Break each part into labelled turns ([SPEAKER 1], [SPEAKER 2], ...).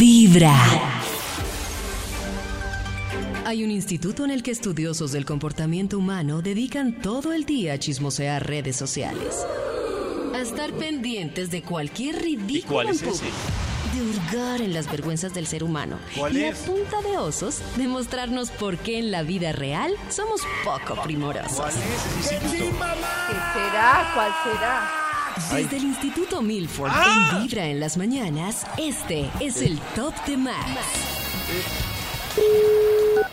[SPEAKER 1] Vibra. Hay un instituto en el que estudiosos del comportamiento humano dedican todo el día a chismosear redes sociales. A estar pendientes de cualquier
[SPEAKER 2] ¿Y
[SPEAKER 1] ridículo
[SPEAKER 2] cuál
[SPEAKER 1] en
[SPEAKER 2] es ese?
[SPEAKER 1] público. De hurgar en las vergüenzas del ser humano.
[SPEAKER 2] ¿Cuál
[SPEAKER 1] y a
[SPEAKER 2] es?
[SPEAKER 1] punta de osos, demostrarnos por qué en la vida real somos poco primorosos.
[SPEAKER 2] ¿Cuál es ese instituto?
[SPEAKER 3] ¿Qué será? ¿Cuál será?
[SPEAKER 1] Desde el Instituto Milford
[SPEAKER 2] ¡Ah!
[SPEAKER 1] en Vibra en las mañanas, este es el Top de Max.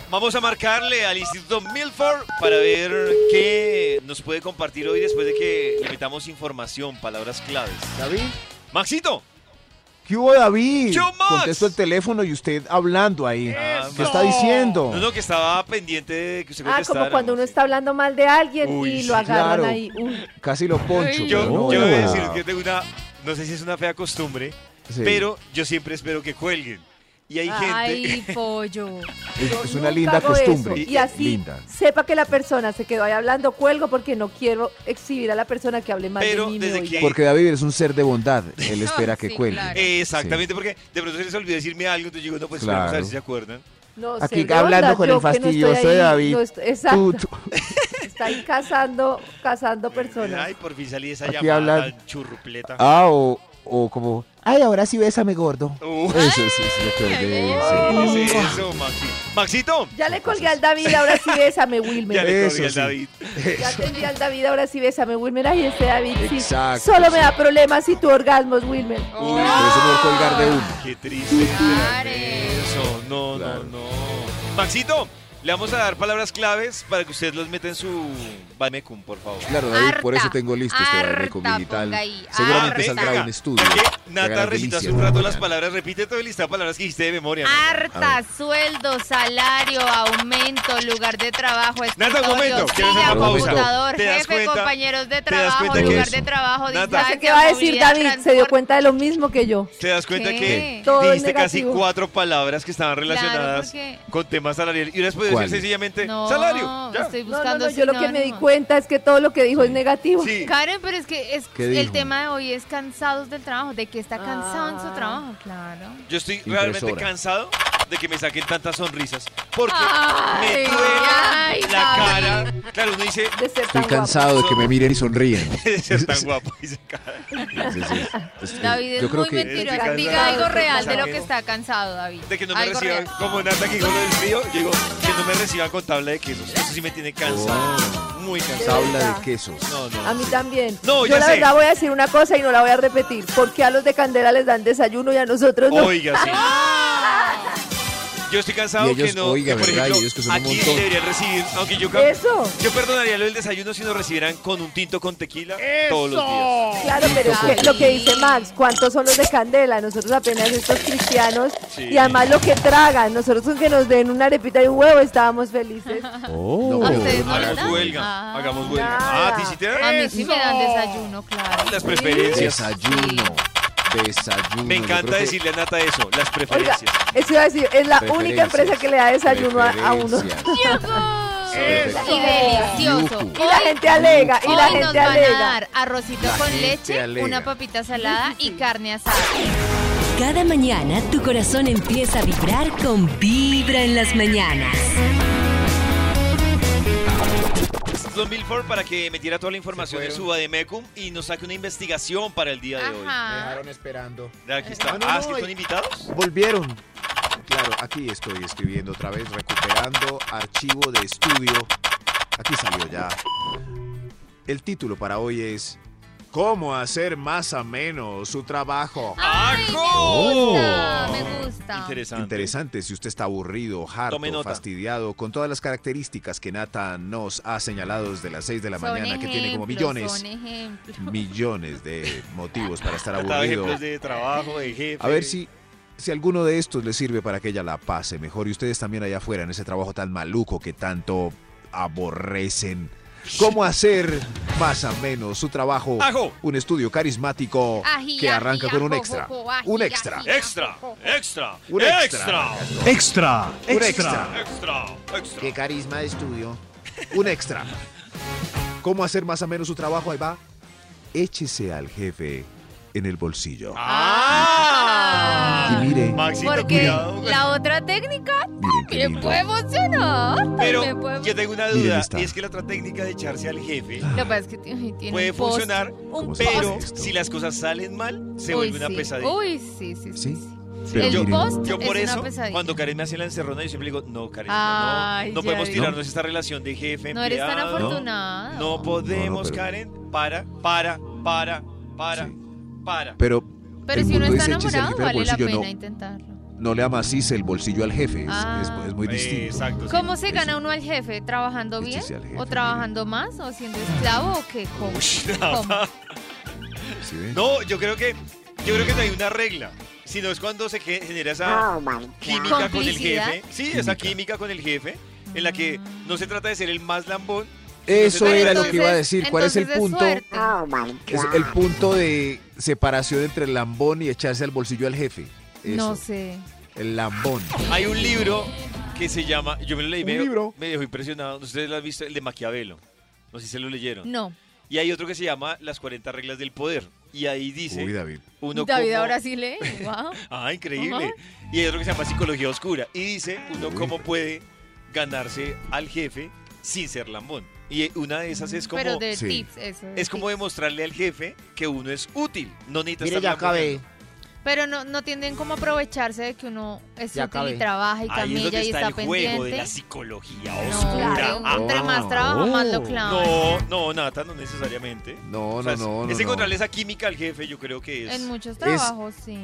[SPEAKER 2] Vamos a marcarle al Instituto Milford para ver qué nos puede compartir hoy después de que le metamos información, palabras claves.
[SPEAKER 4] David.
[SPEAKER 2] Maxito.
[SPEAKER 4] ¿Qué hubo, David?
[SPEAKER 2] ¿Qué hubo, Max?
[SPEAKER 4] Contesto el teléfono y usted hablando ahí.
[SPEAKER 2] ¡Eso!
[SPEAKER 4] ¿Qué está diciendo?
[SPEAKER 2] No, no, que estaba pendiente de que usted
[SPEAKER 3] Ah,
[SPEAKER 2] contestara.
[SPEAKER 3] como cuando uno está hablando mal de alguien
[SPEAKER 2] Uy,
[SPEAKER 3] y
[SPEAKER 2] sí,
[SPEAKER 3] lo agarran
[SPEAKER 4] claro.
[SPEAKER 3] ahí. Uy,
[SPEAKER 4] Casi lo poncho.
[SPEAKER 2] Yo,
[SPEAKER 4] pero no,
[SPEAKER 2] yo
[SPEAKER 4] no.
[SPEAKER 2] voy a decir que tengo una, no sé si es una fea costumbre,
[SPEAKER 4] Sí.
[SPEAKER 2] pero yo siempre espero que cuelguen. Y hay gente...
[SPEAKER 5] Ay, pollo.
[SPEAKER 4] Es,
[SPEAKER 3] yo
[SPEAKER 4] es una
[SPEAKER 3] nunca
[SPEAKER 4] linda
[SPEAKER 3] hago eso.
[SPEAKER 4] costumbre.
[SPEAKER 3] Y así
[SPEAKER 4] Linda.
[SPEAKER 3] sepa que la persona se quedó ahí hablando, cuelgo porque no quiero exhibir a la persona que hable mal
[SPEAKER 2] Pero
[SPEAKER 3] de mí. me
[SPEAKER 2] desde
[SPEAKER 3] oiga.
[SPEAKER 2] que-
[SPEAKER 4] Porque David es un ser de bondad. Él espera
[SPEAKER 5] Ah,
[SPEAKER 4] que
[SPEAKER 5] sí,
[SPEAKER 4] cuelgue.
[SPEAKER 5] claro.
[SPEAKER 2] Exactamente, porque de pronto se les olvidó decirme algo, entonces yo digo, no, pues
[SPEAKER 4] Claro.
[SPEAKER 2] esperemos a ver si se acuerdan.
[SPEAKER 3] No
[SPEAKER 4] Aquí
[SPEAKER 3] sé,
[SPEAKER 4] hablando
[SPEAKER 3] onda,
[SPEAKER 4] con
[SPEAKER 3] yo
[SPEAKER 4] el
[SPEAKER 3] que no estoy
[SPEAKER 4] fastidioso
[SPEAKER 3] ahí,
[SPEAKER 4] de David.
[SPEAKER 3] no estoy- exacto,
[SPEAKER 4] Tú- tú-
[SPEAKER 3] está ahí cazando, cazando personas.
[SPEAKER 2] Ay, por fin salí de esa
[SPEAKER 4] Aquí
[SPEAKER 2] llamada
[SPEAKER 4] hablan-
[SPEAKER 2] tan churrupleta.
[SPEAKER 4] Ah, o, o como. Ay, ahora sí bésame, gordo.
[SPEAKER 2] Uh,
[SPEAKER 4] Eso sí, sí, lo que
[SPEAKER 2] ¿qué
[SPEAKER 4] sí.
[SPEAKER 2] es eso, Maxi? Maxito.
[SPEAKER 3] Ya le colgué al David, ahora sí bésame,
[SPEAKER 2] Ya
[SPEAKER 3] Wilmer.
[SPEAKER 2] le
[SPEAKER 4] Eso
[SPEAKER 2] colgué al
[SPEAKER 4] sí.
[SPEAKER 2] David.
[SPEAKER 3] Ya atendí al David, ahora sí bésame, Wilmer. Ay, este David sí.
[SPEAKER 4] Exacto,
[SPEAKER 3] Solo me
[SPEAKER 4] sí.
[SPEAKER 3] da problemas si tu orgasmo es Wilmer.
[SPEAKER 4] Uy, pero eso no es colgar de uno.
[SPEAKER 2] Qué triste.
[SPEAKER 5] Pare.
[SPEAKER 2] Eso, no,
[SPEAKER 4] Claro.
[SPEAKER 2] no, no. Maxito, le vamos a dar palabras claves para que usted las meta en su Banmecum, por favor.
[SPEAKER 4] Claro, David, por
[SPEAKER 5] Harta,
[SPEAKER 4] eso tengo listo este
[SPEAKER 5] harta,
[SPEAKER 4] barbeco digital.
[SPEAKER 5] ponga ahí,
[SPEAKER 4] Seguramente
[SPEAKER 5] harta.
[SPEAKER 4] saldrá un estudio.
[SPEAKER 2] Que
[SPEAKER 4] Le
[SPEAKER 2] Nata
[SPEAKER 4] hará
[SPEAKER 2] recita hace
[SPEAKER 4] delicias
[SPEAKER 2] un
[SPEAKER 4] de
[SPEAKER 2] rato
[SPEAKER 4] mañana.
[SPEAKER 2] las palabras. Repite todo el listado de palabras que dijiste de memoria. Nata.
[SPEAKER 5] Harta, sueldo, salario, aumento, lugar de trabajo,
[SPEAKER 2] Nata, un momento, quiero hacer
[SPEAKER 5] fila,
[SPEAKER 2] una
[SPEAKER 4] pausa.
[SPEAKER 5] computador,
[SPEAKER 2] ¿Te das
[SPEAKER 5] jefe,
[SPEAKER 2] cuenta?
[SPEAKER 5] compañeros de
[SPEAKER 2] ¿Te das
[SPEAKER 5] trabajo,
[SPEAKER 2] cuenta
[SPEAKER 4] que
[SPEAKER 5] lugar
[SPEAKER 4] eso?
[SPEAKER 5] de trabajo,
[SPEAKER 2] Nata.
[SPEAKER 5] distancia,
[SPEAKER 3] ¿Qué va a decir
[SPEAKER 5] movilidad,
[SPEAKER 3] David? Se dio
[SPEAKER 5] transporte.
[SPEAKER 3] cuenta de lo mismo que yo.
[SPEAKER 2] ¿Te das cuenta
[SPEAKER 5] ¿Qué?
[SPEAKER 2] que
[SPEAKER 3] Todo es
[SPEAKER 2] dijiste casi
[SPEAKER 3] negativo.
[SPEAKER 2] cuatro palabras que estaban relacionadas
[SPEAKER 5] porque-
[SPEAKER 2] con temas salariales? Y hubieras podido
[SPEAKER 4] ¿Cuál?
[SPEAKER 2] decir sencillamente
[SPEAKER 5] No,
[SPEAKER 2] salario. Ya.
[SPEAKER 5] estoy
[SPEAKER 3] No, no,
[SPEAKER 5] buscando
[SPEAKER 3] no, yo lo que me di
[SPEAKER 5] sinónimos.
[SPEAKER 3] cuenta es que todo lo que dijo es negativo.
[SPEAKER 2] Sí.
[SPEAKER 5] Karen, pero es que es
[SPEAKER 4] ¿Qué
[SPEAKER 5] el
[SPEAKER 4] dijo?
[SPEAKER 5] tema de hoy es cansados del trabajo, de que está cansado en
[SPEAKER 3] Ah.
[SPEAKER 5] su trabajo, claro.
[SPEAKER 2] Yo estoy realmente
[SPEAKER 4] Impresora.
[SPEAKER 2] cansado de que me saquen tantas sonrisas. Porque me
[SPEAKER 5] Ay,
[SPEAKER 2] duele
[SPEAKER 5] ay,
[SPEAKER 2] la
[SPEAKER 5] David.
[SPEAKER 2] cara. Claro, uno dice,
[SPEAKER 3] De ser tan
[SPEAKER 4] Estoy cansado de que me miren y sonríen.
[SPEAKER 2] de ser tan guapo. Y se cae.
[SPEAKER 4] Sí, sí, estoy-
[SPEAKER 5] David es
[SPEAKER 4] yo creo
[SPEAKER 5] muy
[SPEAKER 4] que
[SPEAKER 2] Estoy
[SPEAKER 5] mentiroso.
[SPEAKER 2] cansado,
[SPEAKER 5] Diga algo
[SPEAKER 3] estoy
[SPEAKER 5] real de lo
[SPEAKER 2] cansado.
[SPEAKER 5] que está cansado, David.
[SPEAKER 2] De que no me
[SPEAKER 5] Algo
[SPEAKER 2] reciban,
[SPEAKER 5] real.
[SPEAKER 2] como Nata que dijo lo del frío, yo digo, que no me reciban con tabla de quesos. Eso sí me tiene cansado.
[SPEAKER 4] Oh.
[SPEAKER 2] Muy cansado.
[SPEAKER 4] tabla de quesos.
[SPEAKER 2] No, no.
[SPEAKER 3] A mí también.
[SPEAKER 2] No,
[SPEAKER 3] yo
[SPEAKER 2] ya
[SPEAKER 3] la
[SPEAKER 2] sé.
[SPEAKER 3] verdad voy a decir una cosa y no la voy a repetir. Porque a los de Candela les dan desayuno y a nosotros no.
[SPEAKER 2] Oiga, sí. Yo estoy cansado
[SPEAKER 4] Y ellos,
[SPEAKER 2] que no.
[SPEAKER 4] oiga,
[SPEAKER 2] que, por
[SPEAKER 4] ¿verdad? Y
[SPEAKER 2] ejemplo,
[SPEAKER 4] ellos que son un
[SPEAKER 2] aquí
[SPEAKER 4] montón.
[SPEAKER 2] deberían recibir, aunque yo cam-
[SPEAKER 3] Eso.
[SPEAKER 2] Yo perdonaría lo del desayuno si nos recibieran con un tinto con tequila todos los días.
[SPEAKER 3] Claro, pero es que lo que dice Max, ¿cuántos son los de Candela? Nosotros apenas estos cristianos
[SPEAKER 2] Sí.
[SPEAKER 3] y además lo que tragan, nosotros con que nos den una arepita y un huevo estábamos felices.
[SPEAKER 4] No,
[SPEAKER 5] ¿A
[SPEAKER 4] pero-
[SPEAKER 5] ustedes no les
[SPEAKER 2] Hagamos
[SPEAKER 5] dan?
[SPEAKER 2] huelga.
[SPEAKER 5] Ah.
[SPEAKER 2] hagamos huelga.
[SPEAKER 3] Nada.
[SPEAKER 2] Ah, ¿a ti sí te
[SPEAKER 5] A mí sí me dan desayuno, claro.
[SPEAKER 2] Las preferencias.
[SPEAKER 4] Desayuno. Desayuno.
[SPEAKER 2] Me
[SPEAKER 4] yo
[SPEAKER 2] encanta
[SPEAKER 4] creo que-
[SPEAKER 2] decirle a Nata eso, las
[SPEAKER 3] Oiga,
[SPEAKER 2] preferencias.
[SPEAKER 3] eso iba a decir, es la única
[SPEAKER 4] Preferencias,
[SPEAKER 3] empresa que le da desayuno a, a uno.
[SPEAKER 4] preferencias.
[SPEAKER 5] Y delicioso.
[SPEAKER 4] Yujú.
[SPEAKER 3] Y la gente alega, y
[SPEAKER 5] Hoy
[SPEAKER 3] la
[SPEAKER 5] nos
[SPEAKER 3] gente
[SPEAKER 5] van a
[SPEAKER 3] alega.
[SPEAKER 5] dar arrocito
[SPEAKER 4] La
[SPEAKER 5] con
[SPEAKER 4] gente
[SPEAKER 5] leche,
[SPEAKER 4] alega.
[SPEAKER 5] una papita salada y carne asada.
[SPEAKER 1] Cada mañana tu corazón empieza a vibrar con Vibra en las mañanas.
[SPEAKER 2] Don Milford para que me tira toda la información de su Ademecum y nos saque una investigación para el día de hoy.
[SPEAKER 4] Me
[SPEAKER 5] Ajá.
[SPEAKER 4] dejaron esperando.
[SPEAKER 2] Aquí está.
[SPEAKER 4] No, no,
[SPEAKER 2] ah,
[SPEAKER 4] no,
[SPEAKER 2] ¿es que
[SPEAKER 4] hay-
[SPEAKER 2] son invitados?
[SPEAKER 4] Volvieron. Claro, aquí estoy escribiendo otra vez, recuperando archivo de estudio. Aquí salió ya. El título para hoy es ¿Cómo hacer más ameno su trabajo?
[SPEAKER 5] Ah, me gusta.
[SPEAKER 2] Interesante.
[SPEAKER 4] Interesante si usted está aburrido,
[SPEAKER 2] Tome
[SPEAKER 4] harto,
[SPEAKER 2] nota.
[SPEAKER 4] fastidiado, con todas las características que Nata nos ha señalado desde las 6 de la
[SPEAKER 5] Son
[SPEAKER 4] mañana, que tiene como
[SPEAKER 5] ejemplos,
[SPEAKER 4] millones,
[SPEAKER 5] son ejemplos.
[SPEAKER 4] millones de motivos para estar
[SPEAKER 2] Nata,
[SPEAKER 4] aburrido.
[SPEAKER 2] ejemplos de trabajo, de jefe.
[SPEAKER 4] A ver si, si alguno de estos le sirve para que ella la pase mejor y ustedes también allá afuera en ese trabajo tan maluco que tanto aborrecen. ¿Cómo hacer más o menos su trabajo?
[SPEAKER 5] Ah.
[SPEAKER 2] Ajo.
[SPEAKER 4] Un estudio carismático
[SPEAKER 5] Ají,
[SPEAKER 4] que
[SPEAKER 5] ají,
[SPEAKER 4] arranca con un
[SPEAKER 5] ajo,
[SPEAKER 4] extra.
[SPEAKER 5] jojo, ají,
[SPEAKER 4] Un extra.
[SPEAKER 5] ají.
[SPEAKER 2] Extra, extra,
[SPEAKER 4] Un
[SPEAKER 2] extra,
[SPEAKER 4] extra.
[SPEAKER 2] extra,
[SPEAKER 6] Extra,
[SPEAKER 4] Un
[SPEAKER 6] extra.
[SPEAKER 2] extra.
[SPEAKER 4] Qué carisma de estudio. Un extra. ¿Cómo hacer más o menos su trabajo? Ahí va. Échese al jefe en el bolsillo.
[SPEAKER 2] Ah,
[SPEAKER 5] Ah.
[SPEAKER 4] Y mire,
[SPEAKER 2] Maxito,
[SPEAKER 5] Porque
[SPEAKER 2] cuidado.
[SPEAKER 5] la otra técnica
[SPEAKER 4] miren qué
[SPEAKER 5] también
[SPEAKER 4] lindo.
[SPEAKER 5] puede funcionar. también puede
[SPEAKER 2] Pero yo
[SPEAKER 5] funcionar.
[SPEAKER 2] tengo una
[SPEAKER 4] Miren
[SPEAKER 2] duda,
[SPEAKER 4] esta.
[SPEAKER 2] y es que la otra técnica de echarse al jefe
[SPEAKER 5] Lo que pasa es que ay, tiene
[SPEAKER 2] puede
[SPEAKER 5] un post,
[SPEAKER 2] funcionar,
[SPEAKER 5] Un
[SPEAKER 4] se llama
[SPEAKER 2] pero
[SPEAKER 4] Ah. esto?
[SPEAKER 2] si las cosas salen mal, se
[SPEAKER 5] Uy,
[SPEAKER 2] vuelve una
[SPEAKER 5] sí.
[SPEAKER 2] pesadilla.
[SPEAKER 5] Uy, sí, sí, sí.
[SPEAKER 4] Sí,
[SPEAKER 5] sí.
[SPEAKER 4] pero
[SPEAKER 5] el
[SPEAKER 4] miren.
[SPEAKER 5] post
[SPEAKER 2] Yo por
[SPEAKER 5] es una
[SPEAKER 2] eso,
[SPEAKER 5] pesadilla.
[SPEAKER 2] cuando Karen me hace la encerrona, yo siempre digo, no, Karen, no,
[SPEAKER 5] Ay,
[SPEAKER 2] no, no
[SPEAKER 5] ya
[SPEAKER 2] podemos
[SPEAKER 5] vi.
[SPEAKER 2] tirarnos esta relación de jefe,
[SPEAKER 5] no eres tan
[SPEAKER 2] empleado,
[SPEAKER 5] afortunado.
[SPEAKER 2] No podemos,
[SPEAKER 4] No, no, pero-
[SPEAKER 2] Karen. Para, para, para, para,
[SPEAKER 4] Sí.
[SPEAKER 2] para.
[SPEAKER 4] pero
[SPEAKER 5] Pero
[SPEAKER 4] el
[SPEAKER 5] si uno
[SPEAKER 4] punto
[SPEAKER 5] está
[SPEAKER 4] es, échese el
[SPEAKER 5] enamorado,
[SPEAKER 4] jefe al
[SPEAKER 5] vale la
[SPEAKER 4] bolsillo,
[SPEAKER 5] pena
[SPEAKER 4] no. Pues
[SPEAKER 5] intentarlo.
[SPEAKER 4] no le amasis el bolsillo al jefe, es,
[SPEAKER 5] Ah.
[SPEAKER 4] es- es muy
[SPEAKER 2] Eh,
[SPEAKER 4] distinto.
[SPEAKER 2] Exacto. sí.
[SPEAKER 5] ¿Cómo se
[SPEAKER 4] eso.
[SPEAKER 5] gana uno al jefe? ¿Trabajando bien?
[SPEAKER 4] Échese al jefe,
[SPEAKER 5] ¿O trabajando más? ¿O siendo esclavo? ¿O qué? ¿Cómo? ¿Cómo?
[SPEAKER 4] ¿sí ve?
[SPEAKER 2] No, yo creo que, yo creo que no hay una regla, sino es cuando se ge- genera esa
[SPEAKER 6] Oh my god.
[SPEAKER 2] química con el
[SPEAKER 5] ¿Complicidad?
[SPEAKER 2] jefe. Sí, esa química con el jefe, en la que no se trata de ser el más lambón.
[SPEAKER 4] Eso
[SPEAKER 2] Pero
[SPEAKER 4] era lo
[SPEAKER 2] entonces-
[SPEAKER 4] que iba a decir. ¿Cuál es el
[SPEAKER 5] entonces
[SPEAKER 4] punto? Ah,
[SPEAKER 5] suerte.
[SPEAKER 6] Oh my
[SPEAKER 4] Es
[SPEAKER 6] god.
[SPEAKER 4] el punto de separación entre el lambón y echarse al bolsillo al jefe. Eso,
[SPEAKER 5] No sé.
[SPEAKER 4] El lambón.
[SPEAKER 2] Hay un libro que se llama, yo me lo leí,
[SPEAKER 4] ¿Un
[SPEAKER 2] me,
[SPEAKER 4] libro?
[SPEAKER 2] me dejó impresionado. Ustedes lo han visto, el de Maquiavelo. No sé si se lo leyeron.
[SPEAKER 5] No.
[SPEAKER 2] Y hay otro que se llama Las 40 reglas del poder. Y ahí dice
[SPEAKER 4] Uy, David.
[SPEAKER 2] uno
[SPEAKER 5] David
[SPEAKER 2] cómo-
[SPEAKER 5] ahora sí lee. Wow.
[SPEAKER 2] Ah, increíble.
[SPEAKER 5] Ajá.
[SPEAKER 2] Y hay otro que se llama psicología oscura. Y dice uno cómo puede ganarse al jefe sin ser lambón. Y eh, una de esas es como,
[SPEAKER 5] Pero de
[SPEAKER 4] Sí.
[SPEAKER 5] tips, eso. de
[SPEAKER 2] es como
[SPEAKER 5] tips.
[SPEAKER 2] demostrarle al jefe que uno es útil. No necesita
[SPEAKER 7] Mire,
[SPEAKER 2] estar
[SPEAKER 7] ya
[SPEAKER 2] lambón.
[SPEAKER 7] acabé.
[SPEAKER 5] Pero no, no tienden como a aprovecharse de que uno es
[SPEAKER 7] Ya
[SPEAKER 5] útil y
[SPEAKER 7] acabé.
[SPEAKER 5] trabaja
[SPEAKER 2] Ahí
[SPEAKER 5] y
[SPEAKER 2] es
[SPEAKER 5] camilla
[SPEAKER 2] donde
[SPEAKER 5] y
[SPEAKER 2] está,
[SPEAKER 5] está
[SPEAKER 2] el juego de
[SPEAKER 5] pendiente.
[SPEAKER 2] la psicología
[SPEAKER 5] No,
[SPEAKER 2] oscura.
[SPEAKER 5] creo que
[SPEAKER 2] Ah,
[SPEAKER 5] entre más trabaja, más lo clava.
[SPEAKER 2] No, no, Nata, no necesariamente.
[SPEAKER 4] No,
[SPEAKER 2] O sea,
[SPEAKER 4] no, no. no,
[SPEAKER 2] es
[SPEAKER 4] no.
[SPEAKER 2] encontrarle esa química al jefe, yo creo que es.
[SPEAKER 5] En muchos trabajos, sí.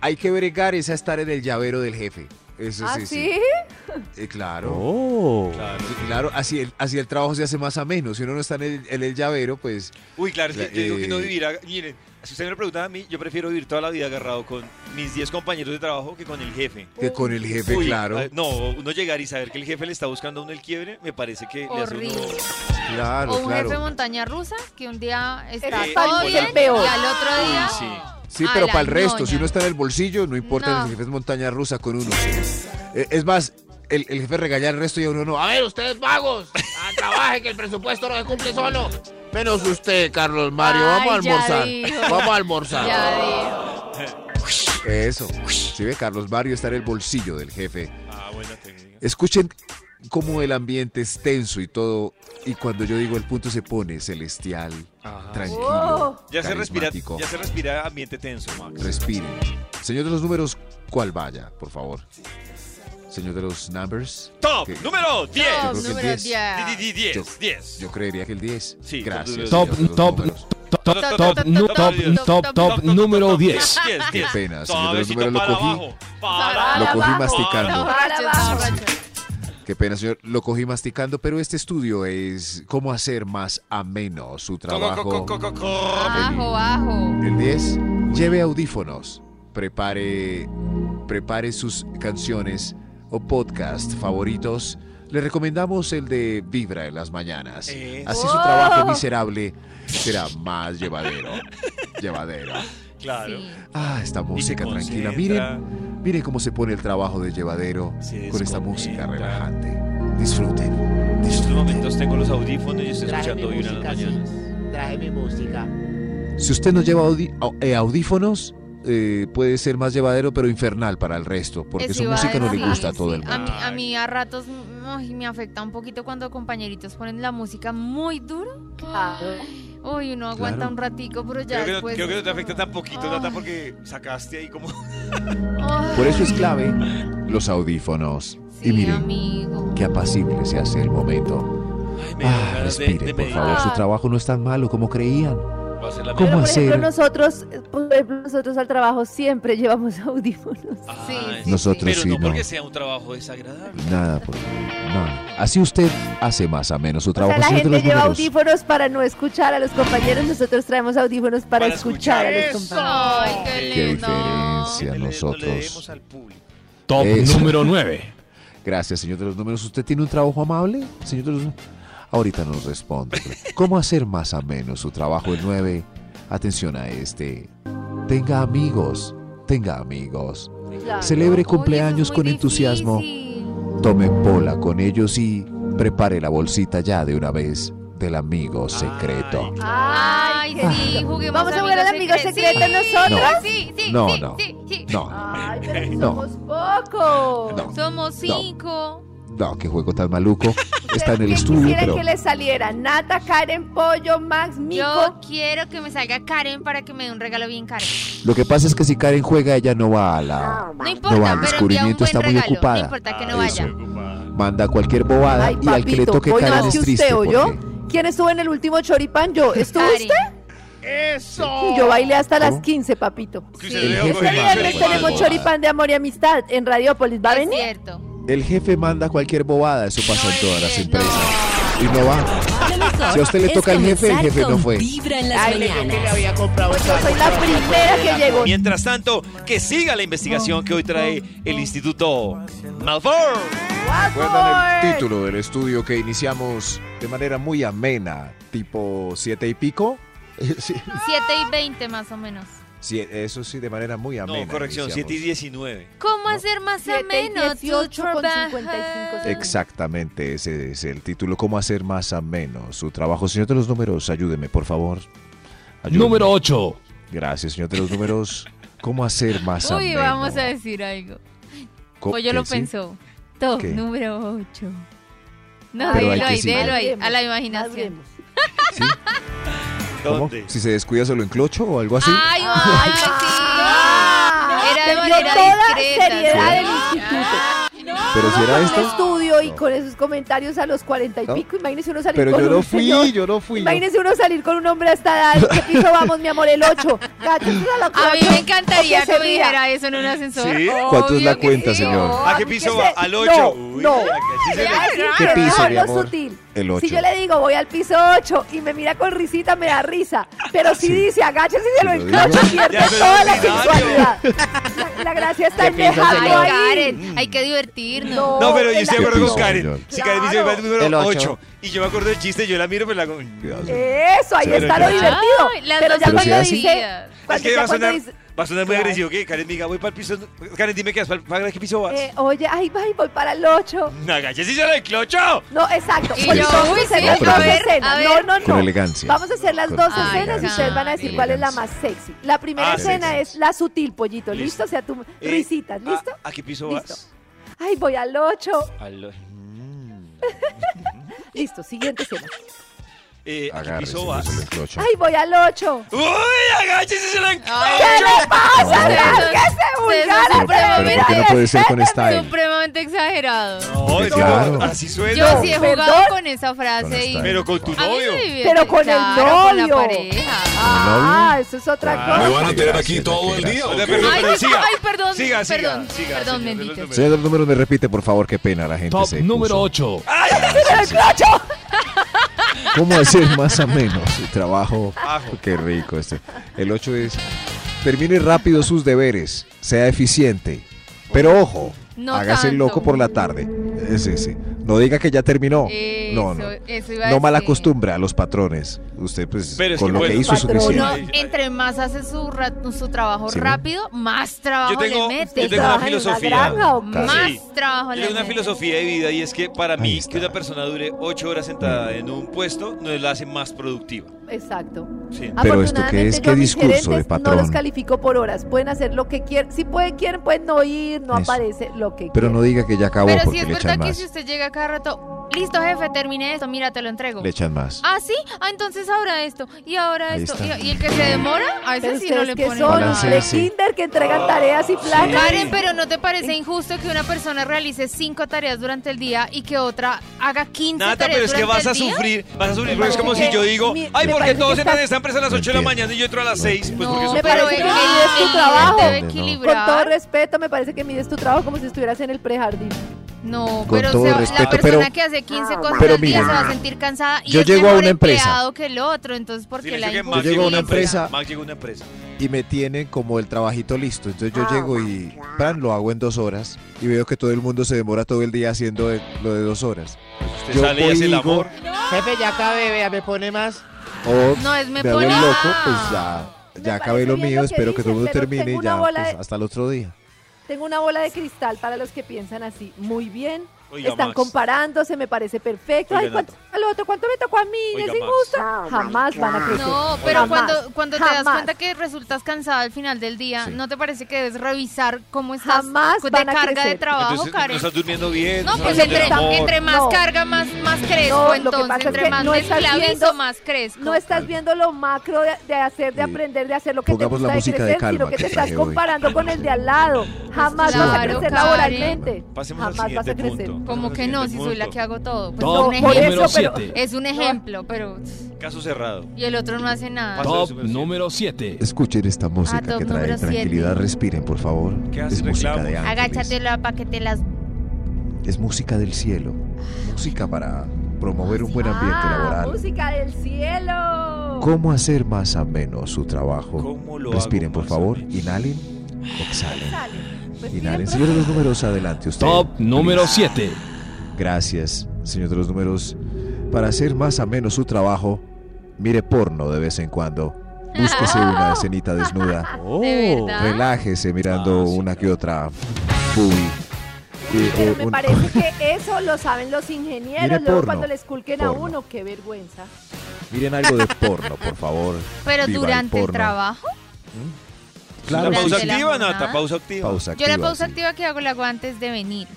[SPEAKER 4] Hay que bregar esa estar en el llavero del jefe. Eso
[SPEAKER 3] ¿Ah,
[SPEAKER 4] sí, sí.
[SPEAKER 3] sí?
[SPEAKER 4] Eh, claro.
[SPEAKER 7] Oh.
[SPEAKER 2] Claro.
[SPEAKER 4] Sí, Claro, así el, así el trabajo se hace más ameno. Si uno no está en el, en el llavero, pues
[SPEAKER 2] Uy, claro, es que
[SPEAKER 4] La-
[SPEAKER 2] yo digo que no
[SPEAKER 4] eh,
[SPEAKER 2] vivirá. Miren, si usted me lo pregunta a mí, yo prefiero vivir toda la vida agarrado con mis 10 compañeros de trabajo que con el jefe.
[SPEAKER 4] que con el jefe,
[SPEAKER 2] Uy,
[SPEAKER 4] claro.
[SPEAKER 2] ah, No, uno llegar y saber que el jefe le está buscando a uno el quiebre, me parece que le hace
[SPEAKER 5] Horrible.
[SPEAKER 2] uno.
[SPEAKER 4] Claro,
[SPEAKER 5] o un
[SPEAKER 4] claro.
[SPEAKER 5] jefe montaña rusa que un día está
[SPEAKER 3] Ese es
[SPEAKER 5] todo
[SPEAKER 3] el
[SPEAKER 5] bien
[SPEAKER 3] peor.
[SPEAKER 5] y al otro
[SPEAKER 2] Uy,
[SPEAKER 5] día
[SPEAKER 2] sí.
[SPEAKER 4] Sí,
[SPEAKER 5] a
[SPEAKER 4] pero
[SPEAKER 5] Ah, la
[SPEAKER 4] para el resto, si
[SPEAKER 5] ñoña.
[SPEAKER 4] uno está en el bolsillo, no importa
[SPEAKER 5] No.
[SPEAKER 4] si el jefe es montaña rusa con uno. Eh, Es más, el, el jefe regaña al resto y a uno no.
[SPEAKER 7] A ver, ustedes vagos, ah, trabajen que el presupuesto no se cumple solo. Menos usted, Carlos Mario, vamos a
[SPEAKER 5] Ay, ya
[SPEAKER 7] almorzar.
[SPEAKER 5] dijo.
[SPEAKER 7] Vamos a almorzar.
[SPEAKER 5] ya digo.
[SPEAKER 4] Eso. Si ve Carlos Mario está en el bolsillo del jefe.
[SPEAKER 2] Ah, buena técnica.
[SPEAKER 4] Escuchen cómo el ambiente es tenso y todo. Y cuando yo digo el punto se pone celestial, tranquilo.
[SPEAKER 5] Oh.
[SPEAKER 2] Ya se, respira,
[SPEAKER 4] carismático.
[SPEAKER 2] ya se respira ambiente tenso, Max.
[SPEAKER 4] Respiren. Señor de los números, ¿cuál vaya, por favor? Señor de los numbers.
[SPEAKER 2] Top
[SPEAKER 4] que
[SPEAKER 2] número 10.
[SPEAKER 4] creo que
[SPEAKER 5] Top número
[SPEAKER 4] diez.
[SPEAKER 5] 10.
[SPEAKER 2] 10, 10.
[SPEAKER 4] Yo creería que el 10.
[SPEAKER 2] Sí,
[SPEAKER 4] Gracias.
[SPEAKER 2] top,
[SPEAKER 4] señor de los
[SPEAKER 8] top,
[SPEAKER 4] números.
[SPEAKER 8] Top,
[SPEAKER 2] Top,
[SPEAKER 8] top,
[SPEAKER 2] top,
[SPEAKER 8] nu-
[SPEAKER 2] top,
[SPEAKER 8] top,
[SPEAKER 2] Dios.
[SPEAKER 8] top, top, número 10.
[SPEAKER 2] 10,
[SPEAKER 4] Qué
[SPEAKER 2] 10.
[SPEAKER 4] pena, señor de los
[SPEAKER 2] Suavecito
[SPEAKER 4] números lo
[SPEAKER 2] para
[SPEAKER 4] cogí,
[SPEAKER 2] abajo. Para
[SPEAKER 4] lo
[SPEAKER 3] abajo.
[SPEAKER 4] cogí
[SPEAKER 5] Está
[SPEAKER 4] masticando.
[SPEAKER 5] borracho, está borracho.
[SPEAKER 4] Qué pena, señor, lo cogí masticando, pero este estudio es cómo hacer más ameno su trabajo.
[SPEAKER 5] Bajo, bajo.
[SPEAKER 4] El 10, lleve audífonos, prepare, prepare sus canciones o podcast favoritos. Le recomendamos el de Vibra en las mañanas.
[SPEAKER 2] Eso.
[SPEAKER 4] Así su trabajo miserable será más llevadero. llevadero.
[SPEAKER 2] Claro.
[SPEAKER 5] Sí.
[SPEAKER 4] Ah, esta
[SPEAKER 2] Y se
[SPEAKER 4] música tranquila.
[SPEAKER 2] concentra.
[SPEAKER 4] Miren, miren cómo se pone el trabajo de llevadero
[SPEAKER 2] Se
[SPEAKER 4] con
[SPEAKER 2] desconecta.
[SPEAKER 4] esta música relajante. Disfruten,
[SPEAKER 2] En estos
[SPEAKER 4] disfruten.
[SPEAKER 2] momentos tengo los audífonos y estoy
[SPEAKER 7] Traje
[SPEAKER 2] escuchando
[SPEAKER 7] mi
[SPEAKER 2] hoy una en la
[SPEAKER 7] música,
[SPEAKER 2] mañana.
[SPEAKER 7] sí. Traje mi música.
[SPEAKER 4] Si usted no lleva audi- au- eh, audífonos, eh, puede ser más llevadero, pero infernal para el resto, porque
[SPEAKER 5] Eso
[SPEAKER 4] su
[SPEAKER 5] iba a
[SPEAKER 4] música no le
[SPEAKER 5] decir,
[SPEAKER 4] gusta a todo
[SPEAKER 5] sí.
[SPEAKER 4] el
[SPEAKER 5] A
[SPEAKER 4] mundo.
[SPEAKER 5] mí, a mí a ratos mm, ay, me afecta un poquito cuando compañeritos ponen la música muy duro. Uy, uno aguanta
[SPEAKER 4] Claro.
[SPEAKER 5] un ratico, pero ya
[SPEAKER 2] Creo que, no,
[SPEAKER 5] después...
[SPEAKER 2] creo que no te afecta tan poquito,
[SPEAKER 5] Ay.
[SPEAKER 2] Nata, porque sacaste ahí como.
[SPEAKER 5] Ay,
[SPEAKER 4] Por eso es clave los audífonos.
[SPEAKER 5] sí,
[SPEAKER 4] y miren,
[SPEAKER 5] amigo.
[SPEAKER 4] qué apacible se hace el momento.
[SPEAKER 2] Ay, me dieron
[SPEAKER 4] Ah,
[SPEAKER 2] ganas de-
[SPEAKER 4] respire,
[SPEAKER 2] de
[SPEAKER 4] por
[SPEAKER 2] meditar.
[SPEAKER 4] favor, su trabajo no es tan malo como creían.
[SPEAKER 2] Va a ser la
[SPEAKER 4] ¿Cómo
[SPEAKER 3] Pero por
[SPEAKER 4] hacer?
[SPEAKER 3] ejemplo nosotros, por ejemplo, nosotros al trabajo siempre llevamos audífonos.
[SPEAKER 2] mejor.
[SPEAKER 5] Sí,
[SPEAKER 2] Ay,
[SPEAKER 5] sí,
[SPEAKER 4] Nosotros
[SPEAKER 2] Ah, Pero
[SPEAKER 4] sí,
[SPEAKER 2] no
[SPEAKER 4] no.
[SPEAKER 2] porque sea un trabajo desagradable.
[SPEAKER 4] Nada, por nada. Así usted hace más a menos su
[SPEAKER 3] O sea,
[SPEAKER 4] trabajo.
[SPEAKER 3] la
[SPEAKER 4] Señor de
[SPEAKER 3] gente
[SPEAKER 4] los
[SPEAKER 3] lleva
[SPEAKER 4] números.
[SPEAKER 3] audífonos para no escuchar a los compañeros, nosotros traemos audífonos para,
[SPEAKER 2] Para escuchar.
[SPEAKER 3] escuchar, a los
[SPEAKER 2] ¡Eso!
[SPEAKER 3] compañeros.
[SPEAKER 5] Ay, qué
[SPEAKER 2] Qué
[SPEAKER 5] lindo.
[SPEAKER 4] diferencia. Sí, a
[SPEAKER 2] No le- No
[SPEAKER 4] nosotros.
[SPEAKER 2] le debemos al público.
[SPEAKER 8] Top
[SPEAKER 4] Eso.
[SPEAKER 8] número 9.
[SPEAKER 4] Gracias, señor de los números. ¿Usted tiene un trabajo amable? Señor de los Ahorita nos responde. ¿Cómo hacer más ameno su trabajo el 9? Atención a este. Tenga amigos, tenga amigos.
[SPEAKER 3] Claro.
[SPEAKER 4] Celebre
[SPEAKER 5] Oye, eso es
[SPEAKER 4] cumpleaños
[SPEAKER 5] muy
[SPEAKER 4] con entusiasmo.
[SPEAKER 5] difícil.
[SPEAKER 4] Tome pola con ellos y prepare la bolsita ya de una vez del amigo secreto.
[SPEAKER 5] Ay,
[SPEAKER 3] dije.
[SPEAKER 5] Sí, juguemos
[SPEAKER 3] Vamos a jugar al amigo secreto
[SPEAKER 5] Sí,
[SPEAKER 3] nosotros.
[SPEAKER 5] Sí, sí,
[SPEAKER 7] No,
[SPEAKER 5] sí,
[SPEAKER 7] no.
[SPEAKER 5] sí, sí.
[SPEAKER 7] No,
[SPEAKER 3] Ay, pero si
[SPEAKER 7] No.
[SPEAKER 3] somos pocos.
[SPEAKER 7] No.
[SPEAKER 5] Somos
[SPEAKER 7] No.
[SPEAKER 5] cinco.
[SPEAKER 7] no, qué juego tan maluco. Está en el
[SPEAKER 3] ¿Qué
[SPEAKER 7] estudio,
[SPEAKER 3] quisiera
[SPEAKER 7] pero.
[SPEAKER 3] que le saliera? Nata, Karen, Pollo, Max, Mico.
[SPEAKER 5] Yo quiero que me salga Karen para que me dé un regalo bien caro.
[SPEAKER 7] Lo que pasa es que si Karen juega, ella no va a la.
[SPEAKER 5] No
[SPEAKER 7] No va,
[SPEAKER 5] importa,
[SPEAKER 7] el
[SPEAKER 5] pero envía un
[SPEAKER 7] descubrimiento
[SPEAKER 5] buen
[SPEAKER 7] está muy
[SPEAKER 5] regalo.
[SPEAKER 7] ocupada.
[SPEAKER 5] No importa que no
[SPEAKER 7] Ah, eso.
[SPEAKER 5] vaya.
[SPEAKER 7] Manda cualquier bobada
[SPEAKER 3] Ay,
[SPEAKER 7] y al que le
[SPEAKER 3] papito,
[SPEAKER 7] toque
[SPEAKER 3] voy
[SPEAKER 7] Karen
[SPEAKER 3] más que
[SPEAKER 7] es
[SPEAKER 3] usted,
[SPEAKER 7] triste.
[SPEAKER 3] ¿oyó?
[SPEAKER 7] porque-
[SPEAKER 3] ¿Quién estuvo en el último choripán? Yo. ¿Estuvo usted?
[SPEAKER 5] Karen.
[SPEAKER 3] Y yo bailé hasta las
[SPEAKER 7] ¿Cómo?
[SPEAKER 3] 15, papito.
[SPEAKER 2] Que
[SPEAKER 5] Sí.
[SPEAKER 2] usted
[SPEAKER 7] El
[SPEAKER 2] le
[SPEAKER 7] jefe
[SPEAKER 2] haga
[SPEAKER 3] Este
[SPEAKER 7] Oiga,
[SPEAKER 2] el
[SPEAKER 3] viernes
[SPEAKER 7] choripán.
[SPEAKER 3] tenemos choripán de amor y amistad en Radiópolis. ¿Va a
[SPEAKER 5] Es
[SPEAKER 3] venir?
[SPEAKER 5] cierto.
[SPEAKER 7] El jefe manda cualquier bobada, eso pasa
[SPEAKER 5] No,
[SPEAKER 7] en todas las
[SPEAKER 5] no.
[SPEAKER 7] empresas. Y no va.
[SPEAKER 1] Lo mejor
[SPEAKER 7] Si a usted le
[SPEAKER 1] es
[SPEAKER 7] toca al jefe, el
[SPEAKER 1] comenzar
[SPEAKER 7] jefe no
[SPEAKER 1] con
[SPEAKER 7] fue.
[SPEAKER 1] Vibra en las mañanas.
[SPEAKER 3] Yo soy la primera que llegó.
[SPEAKER 2] Mientras tanto, que siga la investigación que hoy trae el Instituto Malfour.
[SPEAKER 4] ¿Recuerdan el
[SPEAKER 3] Guapo,
[SPEAKER 4] título del estudio que iniciamos de manera muy amena, tipo siete y pico? Sí,
[SPEAKER 5] Siete y veinte más o menos.
[SPEAKER 4] sí, eso sí, de manera muy amena.
[SPEAKER 2] No, corrección, 7 y
[SPEAKER 4] iniciamos.
[SPEAKER 2] 19.
[SPEAKER 5] ¿Cómo hacer más
[SPEAKER 3] Siete y
[SPEAKER 5] ameno tu
[SPEAKER 3] 18 con
[SPEAKER 5] trabajo?
[SPEAKER 3] 55 segundos.
[SPEAKER 4] Exactamente, ese es el título. ¿Cómo hacer más ameno su trabajo? Señor de los números, ayúdeme, por favor. Ayúdeme.
[SPEAKER 8] Número 8.
[SPEAKER 4] Gracias, señor de los números. ¿Cómo hacer más ameno?
[SPEAKER 5] Uy, vamos a decir algo.
[SPEAKER 4] Co-
[SPEAKER 3] pues
[SPEAKER 4] que
[SPEAKER 5] Pollo Pues lo
[SPEAKER 4] sí.
[SPEAKER 5] pensó. Top
[SPEAKER 4] ¿Qué?
[SPEAKER 5] número 8. No,
[SPEAKER 3] Pero
[SPEAKER 5] délo
[SPEAKER 4] hay que
[SPEAKER 5] ahí,
[SPEAKER 4] sí, ¿no?
[SPEAKER 5] délo ahí. A la imaginación.
[SPEAKER 3] Madremos.
[SPEAKER 4] ¿Sí? ¿Cómo?
[SPEAKER 2] ¿Dónde?
[SPEAKER 4] Si se descuida, se lo enclocho o algo así.
[SPEAKER 5] Ay, ay,
[SPEAKER 4] Ah.
[SPEAKER 5] sí. Era de
[SPEAKER 3] Ah, Perdió
[SPEAKER 5] manera
[SPEAKER 3] toda
[SPEAKER 5] discreta.
[SPEAKER 3] seriedad
[SPEAKER 5] sí.
[SPEAKER 3] del instituto.
[SPEAKER 4] Ah. Pero si era
[SPEAKER 3] Con un
[SPEAKER 4] esto.
[SPEAKER 3] estudio y
[SPEAKER 4] No.
[SPEAKER 3] con esos comentarios a los cuarenta y
[SPEAKER 4] No.
[SPEAKER 3] pico, imagínese uno salir
[SPEAKER 4] Pero
[SPEAKER 3] con
[SPEAKER 4] yo
[SPEAKER 3] un
[SPEAKER 4] no fui,
[SPEAKER 3] señor.
[SPEAKER 4] yo no fui. yo-
[SPEAKER 3] Imagínese uno salir con un hombre hasta edad. ¿Qué piso vamos, mi amor? El 8.
[SPEAKER 5] A mí me encantaría que
[SPEAKER 3] se
[SPEAKER 5] me
[SPEAKER 3] ría.
[SPEAKER 5] dijera eso en un ascensor.
[SPEAKER 2] ¿Sí?
[SPEAKER 4] ¿Cuánto es
[SPEAKER 5] Obvio
[SPEAKER 4] la
[SPEAKER 5] que
[SPEAKER 4] cuenta,
[SPEAKER 5] sí.
[SPEAKER 4] señor?
[SPEAKER 2] ¿A qué
[SPEAKER 3] que
[SPEAKER 2] Ah, piso
[SPEAKER 3] se-
[SPEAKER 2] va? ¿Al
[SPEAKER 3] no,
[SPEAKER 2] 8?
[SPEAKER 3] no.
[SPEAKER 4] ¿Qué piso, mi amor?
[SPEAKER 3] sutil.
[SPEAKER 4] El
[SPEAKER 3] Si
[SPEAKER 4] 8.
[SPEAKER 3] yo le digo voy al piso 8 y me mira con risita, me da risa. Pero si
[SPEAKER 4] Sí.
[SPEAKER 3] dice agáchese y se lo
[SPEAKER 4] Pero
[SPEAKER 3] encrocha,
[SPEAKER 4] digo-
[SPEAKER 3] pierde
[SPEAKER 2] Ya, pero
[SPEAKER 3] toda la
[SPEAKER 2] es ordinario.
[SPEAKER 3] sexualidad. La, la gracia está en
[SPEAKER 7] ¿Qué piensa,
[SPEAKER 5] Ay,
[SPEAKER 3] dejarlo
[SPEAKER 7] señor?
[SPEAKER 3] ahí.
[SPEAKER 4] Mm.
[SPEAKER 5] Karen, hay que divertirnos.
[SPEAKER 3] No,
[SPEAKER 2] No, pero yo
[SPEAKER 3] el-
[SPEAKER 2] estoy de
[SPEAKER 4] ¿Qué
[SPEAKER 2] acuerdo
[SPEAKER 4] piso,
[SPEAKER 2] con
[SPEAKER 4] señor?
[SPEAKER 2] Karen. Si Karen dice va al
[SPEAKER 7] El
[SPEAKER 2] número
[SPEAKER 7] ocho.
[SPEAKER 2] 8 y yo me acuerdo del chiste, yo la miro, pero la. hago- "Mm".
[SPEAKER 3] Eh, Eso, ahí
[SPEAKER 4] Pero
[SPEAKER 3] está
[SPEAKER 4] yo-
[SPEAKER 3] lo divertido.
[SPEAKER 5] Ay, las
[SPEAKER 3] pero
[SPEAKER 5] dos
[SPEAKER 3] ya
[SPEAKER 4] Pero si
[SPEAKER 3] cuando
[SPEAKER 4] así-
[SPEAKER 3] dice...
[SPEAKER 5] divertidas.
[SPEAKER 2] Es
[SPEAKER 3] Cuando,
[SPEAKER 2] que
[SPEAKER 3] ya
[SPEAKER 2] va a
[SPEAKER 3] cuando
[SPEAKER 2] sonar,
[SPEAKER 3] dice...
[SPEAKER 2] va a sonar muy
[SPEAKER 3] Claro.
[SPEAKER 2] agresivo que Karen diga, voy para el piso. Karen, dime qué, vas, ¿para, para qué piso vas?
[SPEAKER 3] eh, oye, ay, ay, voy para el 8.
[SPEAKER 2] ¡Agáchese y se la clocho!
[SPEAKER 3] No, exacto.
[SPEAKER 5] Y
[SPEAKER 3] Oye,
[SPEAKER 5] yo,
[SPEAKER 3] vamos
[SPEAKER 5] uy,
[SPEAKER 3] a hacer
[SPEAKER 5] sí,
[SPEAKER 3] las
[SPEAKER 4] a
[SPEAKER 3] dos
[SPEAKER 5] ver,
[SPEAKER 3] escenas.
[SPEAKER 5] a
[SPEAKER 3] No,
[SPEAKER 5] ver.
[SPEAKER 3] no, no.
[SPEAKER 4] Con elegancia.
[SPEAKER 3] Vamos a hacer las
[SPEAKER 4] Con-
[SPEAKER 3] dos
[SPEAKER 5] Ay,
[SPEAKER 3] escenas y ustedes van a decir
[SPEAKER 5] Karen.
[SPEAKER 3] cuál es la más sexy. La primera
[SPEAKER 2] Ah,
[SPEAKER 3] escena
[SPEAKER 4] sexy. ah.
[SPEAKER 3] es la sutil, pollito. ¿Listo?
[SPEAKER 2] Listo.
[SPEAKER 3] O sea, tú
[SPEAKER 2] Eh,
[SPEAKER 3] risitas, ¿listo?
[SPEAKER 2] ¿A, a qué piso
[SPEAKER 3] Listo.
[SPEAKER 2] vas?
[SPEAKER 3] Ay, voy al 8.
[SPEAKER 2] Al,
[SPEAKER 3] Listo, siguiente escena.
[SPEAKER 2] eh, ¿A qué
[SPEAKER 4] Agárrese,
[SPEAKER 2] piso
[SPEAKER 4] no
[SPEAKER 2] vas?
[SPEAKER 4] se lo enclocha.
[SPEAKER 3] Ay, voy al 8.
[SPEAKER 2] ¡Uy! ¡Agáchese y se la
[SPEAKER 5] Ay,
[SPEAKER 3] ¿Qué le pasa?
[SPEAKER 4] No,
[SPEAKER 3] Vean
[SPEAKER 5] pero-
[SPEAKER 3] que se vulgar
[SPEAKER 5] pero-
[SPEAKER 3] hace-
[SPEAKER 4] Pero ¿por qué
[SPEAKER 3] mira,
[SPEAKER 4] no puede ser con
[SPEAKER 3] respéteme.
[SPEAKER 4] style?
[SPEAKER 5] Supremamente exagerado.
[SPEAKER 2] No, es que
[SPEAKER 4] Claro.
[SPEAKER 2] así suena.
[SPEAKER 5] Yo sí he jugado
[SPEAKER 3] ¿Perdón?
[SPEAKER 5] con esa
[SPEAKER 4] Con
[SPEAKER 5] frase y.
[SPEAKER 4] esta-
[SPEAKER 2] Pero con tu
[SPEAKER 5] A mí
[SPEAKER 2] novio.
[SPEAKER 5] me divierte,
[SPEAKER 3] Pero con el
[SPEAKER 5] claro, Con la
[SPEAKER 3] novio.
[SPEAKER 5] pareja.
[SPEAKER 3] Ah, eso es otra
[SPEAKER 2] Claro.
[SPEAKER 6] ¿Me
[SPEAKER 3] cosa.
[SPEAKER 6] van a tener aquí
[SPEAKER 4] Gracias,
[SPEAKER 6] todo el
[SPEAKER 4] gracias.
[SPEAKER 6] día? o
[SPEAKER 2] Oiga,
[SPEAKER 6] qué?
[SPEAKER 2] pero-
[SPEAKER 5] Ay,
[SPEAKER 2] pero siga.
[SPEAKER 5] ay, perdón,
[SPEAKER 2] Siga, siga,
[SPEAKER 5] perdón,
[SPEAKER 2] siga, señor, de
[SPEAKER 5] perdón,
[SPEAKER 2] los
[SPEAKER 5] bendito.
[SPEAKER 2] números.
[SPEAKER 4] Señor de los números, me repite, por favor, qué pena la gente.
[SPEAKER 8] Top
[SPEAKER 4] se
[SPEAKER 8] número
[SPEAKER 4] puso.
[SPEAKER 8] 8.
[SPEAKER 4] ¿Cómo hacer más a menos su trabajo?
[SPEAKER 2] Ajo.
[SPEAKER 4] Qué rico este. El 8 es, termine rápido sus deberes, sea eficiente. Pero ojo,
[SPEAKER 5] No
[SPEAKER 4] hágase el
[SPEAKER 5] tanto.
[SPEAKER 4] loco por la tarde. Es ese. No diga que ya terminó. no, no.
[SPEAKER 5] Eso- eso iba a
[SPEAKER 4] No mala
[SPEAKER 5] decir.
[SPEAKER 4] costumbre a los patrones. Usted, pues,
[SPEAKER 2] Pero es
[SPEAKER 4] con
[SPEAKER 2] que
[SPEAKER 4] lo que
[SPEAKER 2] bueno,
[SPEAKER 4] hizo es
[SPEAKER 3] patrono.
[SPEAKER 4] suficiente.
[SPEAKER 5] Uno, entre más hace su, ra- su trabajo
[SPEAKER 4] Sí.
[SPEAKER 5] rápido, más trabajo
[SPEAKER 2] Yo tengo-
[SPEAKER 5] le mete.
[SPEAKER 2] yo tengo una
[SPEAKER 3] ¿Trabaja en
[SPEAKER 2] filosofía.
[SPEAKER 3] granja o qué?
[SPEAKER 4] Claro.
[SPEAKER 5] Más
[SPEAKER 2] Sí.
[SPEAKER 5] trabajo
[SPEAKER 2] Yo
[SPEAKER 5] le
[SPEAKER 2] tengo una
[SPEAKER 5] mete.
[SPEAKER 2] filosofía de vida y es que para mí
[SPEAKER 4] está.
[SPEAKER 2] que una persona dure ocho horas sentada en un puesto no la hace más productiva.
[SPEAKER 3] Exacto.
[SPEAKER 2] Sí.
[SPEAKER 4] Pero esto
[SPEAKER 3] Afortunadamente,
[SPEAKER 4] qué es,
[SPEAKER 3] yo
[SPEAKER 4] qué
[SPEAKER 3] a mis
[SPEAKER 4] discurso de
[SPEAKER 3] gerentes No los
[SPEAKER 4] patrón.
[SPEAKER 3] califico por horas. Pueden hacer lo que quieran. Si pueden, quieren, pueden no ir, no
[SPEAKER 4] Eso.
[SPEAKER 3] aparece lo que
[SPEAKER 4] Pero
[SPEAKER 3] quieran.
[SPEAKER 4] no diga que ya acabó
[SPEAKER 5] Pero si
[SPEAKER 4] porque
[SPEAKER 5] es
[SPEAKER 4] le echan
[SPEAKER 5] verdad que
[SPEAKER 4] más.
[SPEAKER 5] si usted llega cada rato, listo jefe, terminé esto, mira, te lo entrego.
[SPEAKER 4] Le echan más.
[SPEAKER 5] Ah, sí, ah, entonces ahora esto, y ahora
[SPEAKER 4] Ahí
[SPEAKER 5] esto,
[SPEAKER 4] está.
[SPEAKER 5] y, y el que se demora, a
[SPEAKER 3] Pero
[SPEAKER 5] veces sí no
[SPEAKER 3] ustedes
[SPEAKER 5] le
[SPEAKER 3] que
[SPEAKER 5] ponen
[SPEAKER 3] son
[SPEAKER 2] Ah,
[SPEAKER 4] Balance,
[SPEAKER 3] de
[SPEAKER 5] nada.
[SPEAKER 4] sí.
[SPEAKER 3] kinder que entregan tareas y planes.
[SPEAKER 5] Karen, pero ¿no te parece injusto que una persona realice cinco tareas durante el día y que otra haga 15
[SPEAKER 2] Nada,
[SPEAKER 5] tareas
[SPEAKER 2] pero es que vas
[SPEAKER 5] durante
[SPEAKER 2] a
[SPEAKER 5] el día?
[SPEAKER 2] sufrir, vas a sufrir,
[SPEAKER 3] Me
[SPEAKER 2] porque es
[SPEAKER 3] parece
[SPEAKER 2] como
[SPEAKER 3] que
[SPEAKER 2] si yo digo,
[SPEAKER 3] mi-
[SPEAKER 2] ay, porque
[SPEAKER 3] me parece
[SPEAKER 2] todos
[SPEAKER 3] que
[SPEAKER 2] entran
[SPEAKER 3] está-
[SPEAKER 2] en esta empresa a las
[SPEAKER 4] No
[SPEAKER 2] 8 de la
[SPEAKER 4] entiendo.
[SPEAKER 2] mañana y yo entro a las
[SPEAKER 4] No
[SPEAKER 2] 6, pues
[SPEAKER 5] No,
[SPEAKER 2] porque
[SPEAKER 3] Me
[SPEAKER 2] soy
[SPEAKER 5] pero
[SPEAKER 3] parece
[SPEAKER 5] el,
[SPEAKER 3] que
[SPEAKER 5] el-
[SPEAKER 3] mides tu
[SPEAKER 5] el
[SPEAKER 3] trabajo.
[SPEAKER 5] debe
[SPEAKER 4] No.
[SPEAKER 5] equilibrar.
[SPEAKER 3] Con todo respeto, me parece que mides tu trabajo como si estuvieras en el prejardín.
[SPEAKER 5] No,
[SPEAKER 4] Con
[SPEAKER 5] pero
[SPEAKER 4] todo
[SPEAKER 5] o sea, la
[SPEAKER 4] respeto,
[SPEAKER 5] persona
[SPEAKER 4] pero-
[SPEAKER 5] que hace 15
[SPEAKER 3] Ah,
[SPEAKER 5] cosas
[SPEAKER 4] pero
[SPEAKER 5] al día
[SPEAKER 4] miren,
[SPEAKER 5] se va a sentir cansada y
[SPEAKER 4] yo
[SPEAKER 5] es
[SPEAKER 4] llego a
[SPEAKER 5] mejor
[SPEAKER 4] una empresa.
[SPEAKER 5] empleado que el otro, entonces porque
[SPEAKER 2] Silencio
[SPEAKER 5] la
[SPEAKER 2] que
[SPEAKER 4] Yo
[SPEAKER 2] Max
[SPEAKER 4] llego
[SPEAKER 2] llegó
[SPEAKER 4] a
[SPEAKER 2] a
[SPEAKER 4] una
[SPEAKER 2] una
[SPEAKER 4] empresa.
[SPEAKER 2] Max llegó a una empresa.
[SPEAKER 4] y me tienen como el trabajito listo. Entonces
[SPEAKER 3] Oh
[SPEAKER 4] yo llego y plan lo hago en dos horas y veo que todo el mundo se demora todo el día haciendo de- lo de dos horas.
[SPEAKER 2] Usted
[SPEAKER 4] Yo
[SPEAKER 2] sale y
[SPEAKER 4] voy
[SPEAKER 2] hace
[SPEAKER 4] y
[SPEAKER 2] el
[SPEAKER 4] digo,
[SPEAKER 2] amor.
[SPEAKER 7] Jefe, ya acabé, vea, me pone más.
[SPEAKER 4] O
[SPEAKER 5] No, es me
[SPEAKER 4] "Oh, me hago el
[SPEAKER 5] pone-
[SPEAKER 4] loco, pues ya, ya
[SPEAKER 3] Me
[SPEAKER 4] acabé
[SPEAKER 3] parece
[SPEAKER 4] lo
[SPEAKER 3] bien
[SPEAKER 4] mío,
[SPEAKER 3] lo que
[SPEAKER 4] espero
[SPEAKER 3] dices,
[SPEAKER 4] que todo el mundo
[SPEAKER 3] pero
[SPEAKER 4] termine
[SPEAKER 3] tengo
[SPEAKER 4] y
[SPEAKER 3] una
[SPEAKER 4] ya
[SPEAKER 3] bola
[SPEAKER 4] pues,
[SPEAKER 3] de-
[SPEAKER 4] hasta el otro día.
[SPEAKER 3] Tengo una bola de cristal para los que piensan así. Muy bien,
[SPEAKER 2] Oiga,
[SPEAKER 3] Están
[SPEAKER 2] Max.
[SPEAKER 3] comparándose, me parece perfecto.
[SPEAKER 2] Oiga,
[SPEAKER 3] Ay, ¿cuánto, al otro, ¿cuánto me tocó a mí?
[SPEAKER 2] Oiga,
[SPEAKER 3] Es
[SPEAKER 2] Max.
[SPEAKER 3] injusto. Jamás van a crecer.
[SPEAKER 5] No, pero
[SPEAKER 3] Jamás,
[SPEAKER 5] cuando, cuando te das
[SPEAKER 3] jamás.
[SPEAKER 5] cuenta que resultas cansada al final del día,
[SPEAKER 4] Sí.
[SPEAKER 5] ¿no te parece que debes revisar cómo estás
[SPEAKER 3] Jamás
[SPEAKER 5] de
[SPEAKER 3] van a
[SPEAKER 5] carga de
[SPEAKER 3] crecer.
[SPEAKER 5] trabajo,
[SPEAKER 2] Entonces, no
[SPEAKER 5] Karen?
[SPEAKER 2] estás durmiendo bien.
[SPEAKER 5] No, pues
[SPEAKER 2] estás
[SPEAKER 5] entre,
[SPEAKER 2] haciendo el amor.
[SPEAKER 5] entre más
[SPEAKER 3] No.
[SPEAKER 5] carga, más, más crezco.
[SPEAKER 3] No, lo que
[SPEAKER 5] Entonces,
[SPEAKER 3] pasa es
[SPEAKER 5] entre
[SPEAKER 3] que
[SPEAKER 5] más
[SPEAKER 3] no
[SPEAKER 5] me
[SPEAKER 3] estás
[SPEAKER 5] esclavizo,
[SPEAKER 3] viendo-
[SPEAKER 5] más crezco.
[SPEAKER 3] No estás viendo lo macro de, de hacer, de
[SPEAKER 4] Eh,
[SPEAKER 3] aprender, de hacer lo que te
[SPEAKER 4] pongamos
[SPEAKER 3] gusta
[SPEAKER 4] la
[SPEAKER 3] de
[SPEAKER 4] música de
[SPEAKER 3] crecer,
[SPEAKER 4] calma
[SPEAKER 3] sino que
[SPEAKER 4] que
[SPEAKER 3] te estás
[SPEAKER 4] traje hoy.
[SPEAKER 3] comparando con el de al lado. Jamás vas a
[SPEAKER 4] claro,
[SPEAKER 3] crecer
[SPEAKER 4] Karen.
[SPEAKER 3] laboralmente.
[SPEAKER 2] Pasemos al
[SPEAKER 3] Jamás vas a
[SPEAKER 2] siguiente
[SPEAKER 3] crecer.
[SPEAKER 2] punto.
[SPEAKER 5] Como que no, si soy la que hago todo. Pues
[SPEAKER 8] Top
[SPEAKER 5] un
[SPEAKER 3] por
[SPEAKER 5] ejemplo.
[SPEAKER 8] número
[SPEAKER 3] eso, pero-
[SPEAKER 8] 7.
[SPEAKER 5] Es un ejemplo, pero.
[SPEAKER 2] Caso cerrado.
[SPEAKER 5] Y el otro no hace nada.
[SPEAKER 2] Paso de
[SPEAKER 8] Top
[SPEAKER 2] superación.
[SPEAKER 8] número 7.
[SPEAKER 4] Escuchen esta música
[SPEAKER 5] top
[SPEAKER 4] que trae
[SPEAKER 5] número siete.
[SPEAKER 4] tranquilidad, respiren por favor.
[SPEAKER 2] ¿Qué hace?
[SPEAKER 4] Es música
[SPEAKER 2] Reclamos.
[SPEAKER 4] de ángeles.
[SPEAKER 5] Agáchatela para que te las.
[SPEAKER 4] Es música del cielo. Música para promover un buen ambiente
[SPEAKER 3] Ah,
[SPEAKER 4] laboral.
[SPEAKER 3] música del cielo.
[SPEAKER 4] ¿Cómo hacer más ameno su trabajo?
[SPEAKER 2] ¿Cómo lo
[SPEAKER 4] Respiren
[SPEAKER 2] hago
[SPEAKER 4] por
[SPEAKER 2] más
[SPEAKER 4] favor,
[SPEAKER 2] ameno?
[SPEAKER 4] inhalen, exhalen.
[SPEAKER 3] Sale. Pues
[SPEAKER 4] Inhalen.
[SPEAKER 3] siempre-
[SPEAKER 4] Señor de los números, adelante usted.
[SPEAKER 8] Top número 7.
[SPEAKER 4] Gracias, señor de los números. Para hacer más ameno su trabajo, mire porno de vez en cuando. Búsquese una escenita desnuda.
[SPEAKER 5] ¿De
[SPEAKER 2] Oh,
[SPEAKER 5] verdad?
[SPEAKER 4] Relájese mirando
[SPEAKER 2] Ah, sí,
[SPEAKER 4] una que otra pubi. Y,
[SPEAKER 3] Pero
[SPEAKER 4] eh,
[SPEAKER 3] me
[SPEAKER 4] un-
[SPEAKER 3] parece que eso lo saben los
[SPEAKER 4] Mire
[SPEAKER 3] ingenieros luego
[SPEAKER 4] porno,
[SPEAKER 3] cuando les culquen a
[SPEAKER 4] porno.
[SPEAKER 3] uno. Qué vergüenza.
[SPEAKER 4] Miren algo de porno, por favor.
[SPEAKER 5] Pero
[SPEAKER 4] Viva
[SPEAKER 5] durante el
[SPEAKER 4] porno.
[SPEAKER 5] trabajo.
[SPEAKER 4] Claro,
[SPEAKER 2] Una
[SPEAKER 5] sí.
[SPEAKER 2] pausa
[SPEAKER 5] Durante la
[SPEAKER 2] activa,
[SPEAKER 5] jornada.
[SPEAKER 2] Nata, pausa activa.
[SPEAKER 4] pausa
[SPEAKER 5] Yo la
[SPEAKER 4] activa,
[SPEAKER 5] pausa
[SPEAKER 4] sí.
[SPEAKER 5] activa que hago la hago antes de venir.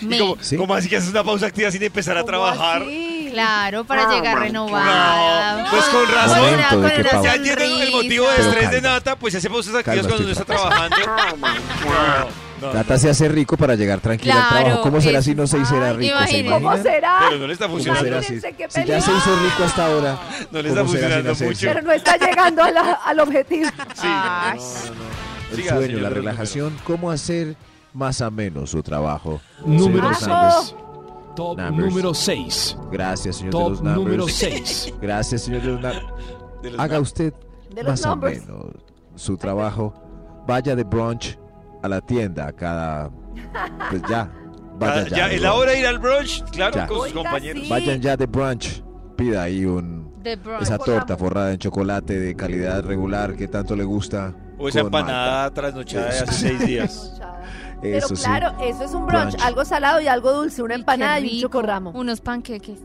[SPEAKER 5] Me-
[SPEAKER 2] ¿Cómo,
[SPEAKER 4] Sí.
[SPEAKER 2] cómo así que haces una pausa activa sin empezar a
[SPEAKER 3] ¿Cómo
[SPEAKER 2] trabajar?
[SPEAKER 3] así?
[SPEAKER 5] Claro, para llegar renovada.
[SPEAKER 2] No, Ah, pues con razón.
[SPEAKER 4] Momento de que
[SPEAKER 5] una
[SPEAKER 4] pausa.
[SPEAKER 2] Ya entienden el motivo de
[SPEAKER 4] Pero
[SPEAKER 5] sonrisa.
[SPEAKER 2] estrés de
[SPEAKER 4] calma.
[SPEAKER 2] Nata, pues se hace pausas activas
[SPEAKER 4] Calma,
[SPEAKER 2] cuando uno está
[SPEAKER 4] estoy
[SPEAKER 2] trabajando. No, no,
[SPEAKER 4] Nata se hace rico para llegar tranquila al
[SPEAKER 5] Claro,
[SPEAKER 4] trabajo. ¿Cómo será
[SPEAKER 5] es-
[SPEAKER 4] si no se hiciera
[SPEAKER 5] Ay,
[SPEAKER 4] rico? ¿Se
[SPEAKER 5] imagínate.
[SPEAKER 3] ¿Cómo
[SPEAKER 4] imaginan?
[SPEAKER 3] será?
[SPEAKER 2] Pero no le está
[SPEAKER 4] ¿Cómo
[SPEAKER 2] funcionando.
[SPEAKER 4] será si,
[SPEAKER 3] Imagínense qué
[SPEAKER 4] si ya se hizo rico hasta ahora?
[SPEAKER 2] No le está
[SPEAKER 4] ¿cómo será sin
[SPEAKER 2] funcionando
[SPEAKER 4] hacerse?
[SPEAKER 2] mucho.
[SPEAKER 3] Pero no está llegando a la- al objetivo.
[SPEAKER 2] Sí,
[SPEAKER 3] Ay,
[SPEAKER 4] El
[SPEAKER 2] Siga,
[SPEAKER 4] sueño,
[SPEAKER 2] señor
[SPEAKER 4] la
[SPEAKER 2] Pedro
[SPEAKER 4] relajación, cómo hacer más ameno su trabajo.
[SPEAKER 8] Número
[SPEAKER 3] Ajo.
[SPEAKER 8] 6. Top
[SPEAKER 4] Numbers.
[SPEAKER 8] número 6.
[SPEAKER 4] Gracias, señor de
[SPEAKER 8] Top
[SPEAKER 4] los
[SPEAKER 8] número
[SPEAKER 4] numbers.
[SPEAKER 8] 6.
[SPEAKER 4] Gracias, señor de los numbers.
[SPEAKER 2] De los-
[SPEAKER 4] Haga usted
[SPEAKER 3] De los
[SPEAKER 4] más
[SPEAKER 3] numbers.
[SPEAKER 4] ameno su trabajo. Vaya de brunch a la tienda cada... Pues ya, vaya
[SPEAKER 2] Ya,
[SPEAKER 4] ya. de
[SPEAKER 2] es la
[SPEAKER 4] brunch.
[SPEAKER 2] hora de ir al brunch, claro,
[SPEAKER 4] Ya.
[SPEAKER 2] con sus
[SPEAKER 3] Oiga,
[SPEAKER 2] compañeros.
[SPEAKER 3] sí.
[SPEAKER 4] Vayan ya de brunch. Pida ahí un...
[SPEAKER 5] The Bronx.
[SPEAKER 4] Esa torta forrada en chocolate de calidad regular que tanto le gusta.
[SPEAKER 2] O esa
[SPEAKER 4] con malta.
[SPEAKER 2] empanada trasnochada de hace
[SPEAKER 4] Sí.
[SPEAKER 2] seis días.
[SPEAKER 3] Pero
[SPEAKER 4] Eso sí.
[SPEAKER 3] claro, eso es un brunch,
[SPEAKER 4] Brunch.
[SPEAKER 3] algo salado y algo dulce, una
[SPEAKER 5] Ay, qué
[SPEAKER 3] empanada y un
[SPEAKER 5] rico.
[SPEAKER 3] chocorramo.
[SPEAKER 5] unos panqueques.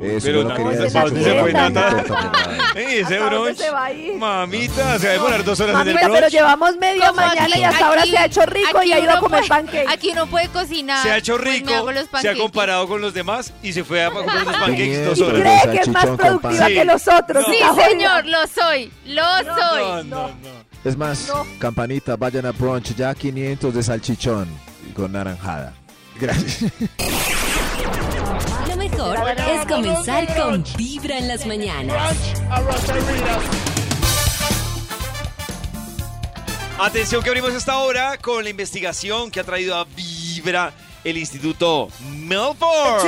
[SPEAKER 4] Eso,
[SPEAKER 2] Pero
[SPEAKER 4] yo no
[SPEAKER 2] Nata,
[SPEAKER 4] quería
[SPEAKER 3] ¿dónde
[SPEAKER 4] decir
[SPEAKER 3] se
[SPEAKER 4] chocolate,
[SPEAKER 3] fue,
[SPEAKER 4] quería
[SPEAKER 3] Nata?
[SPEAKER 4] torta forrada.
[SPEAKER 2] Ey, ese
[SPEAKER 3] ¿Hasta dónde
[SPEAKER 2] brunch.
[SPEAKER 3] se va a ir?
[SPEAKER 2] Mamita, se va a demorar dos horas
[SPEAKER 3] Mami,
[SPEAKER 2] en el
[SPEAKER 3] pero
[SPEAKER 2] brunch.
[SPEAKER 3] llevamos medio
[SPEAKER 5] Como
[SPEAKER 3] mañana
[SPEAKER 5] aquí-
[SPEAKER 3] y hasta ahora
[SPEAKER 5] aquí-
[SPEAKER 3] se ha hecho rico
[SPEAKER 5] aquí
[SPEAKER 3] y ha ido a
[SPEAKER 5] uno
[SPEAKER 3] comer
[SPEAKER 5] puede-
[SPEAKER 3] pancakes.
[SPEAKER 5] Aquí uno puede cocinar.
[SPEAKER 2] Se ha hecho
[SPEAKER 5] Pues me
[SPEAKER 2] rico,
[SPEAKER 5] hago los
[SPEAKER 2] se ha
[SPEAKER 5] panqueques.
[SPEAKER 2] comparado con los demás y se fue a comprar unos panqueques dos
[SPEAKER 3] y
[SPEAKER 4] Sobre
[SPEAKER 2] horas.
[SPEAKER 4] los
[SPEAKER 3] cree que es más
[SPEAKER 4] salchichón con
[SPEAKER 3] productiva
[SPEAKER 2] pan.
[SPEAKER 3] que los otros.
[SPEAKER 5] Sí,
[SPEAKER 3] está jodida.
[SPEAKER 5] señor, lo soy. Lo soy.
[SPEAKER 2] no, no.
[SPEAKER 4] Es más,
[SPEAKER 3] No.
[SPEAKER 4] campanita, vayan a brunch ya 500 de salchichón con naranjada. Gracias.
[SPEAKER 1] Lo mejor es comenzar con Vibra en las mañanas.
[SPEAKER 2] Atención que abrimos esta hora con la investigación que ha traído a Vibra el Instituto Melford.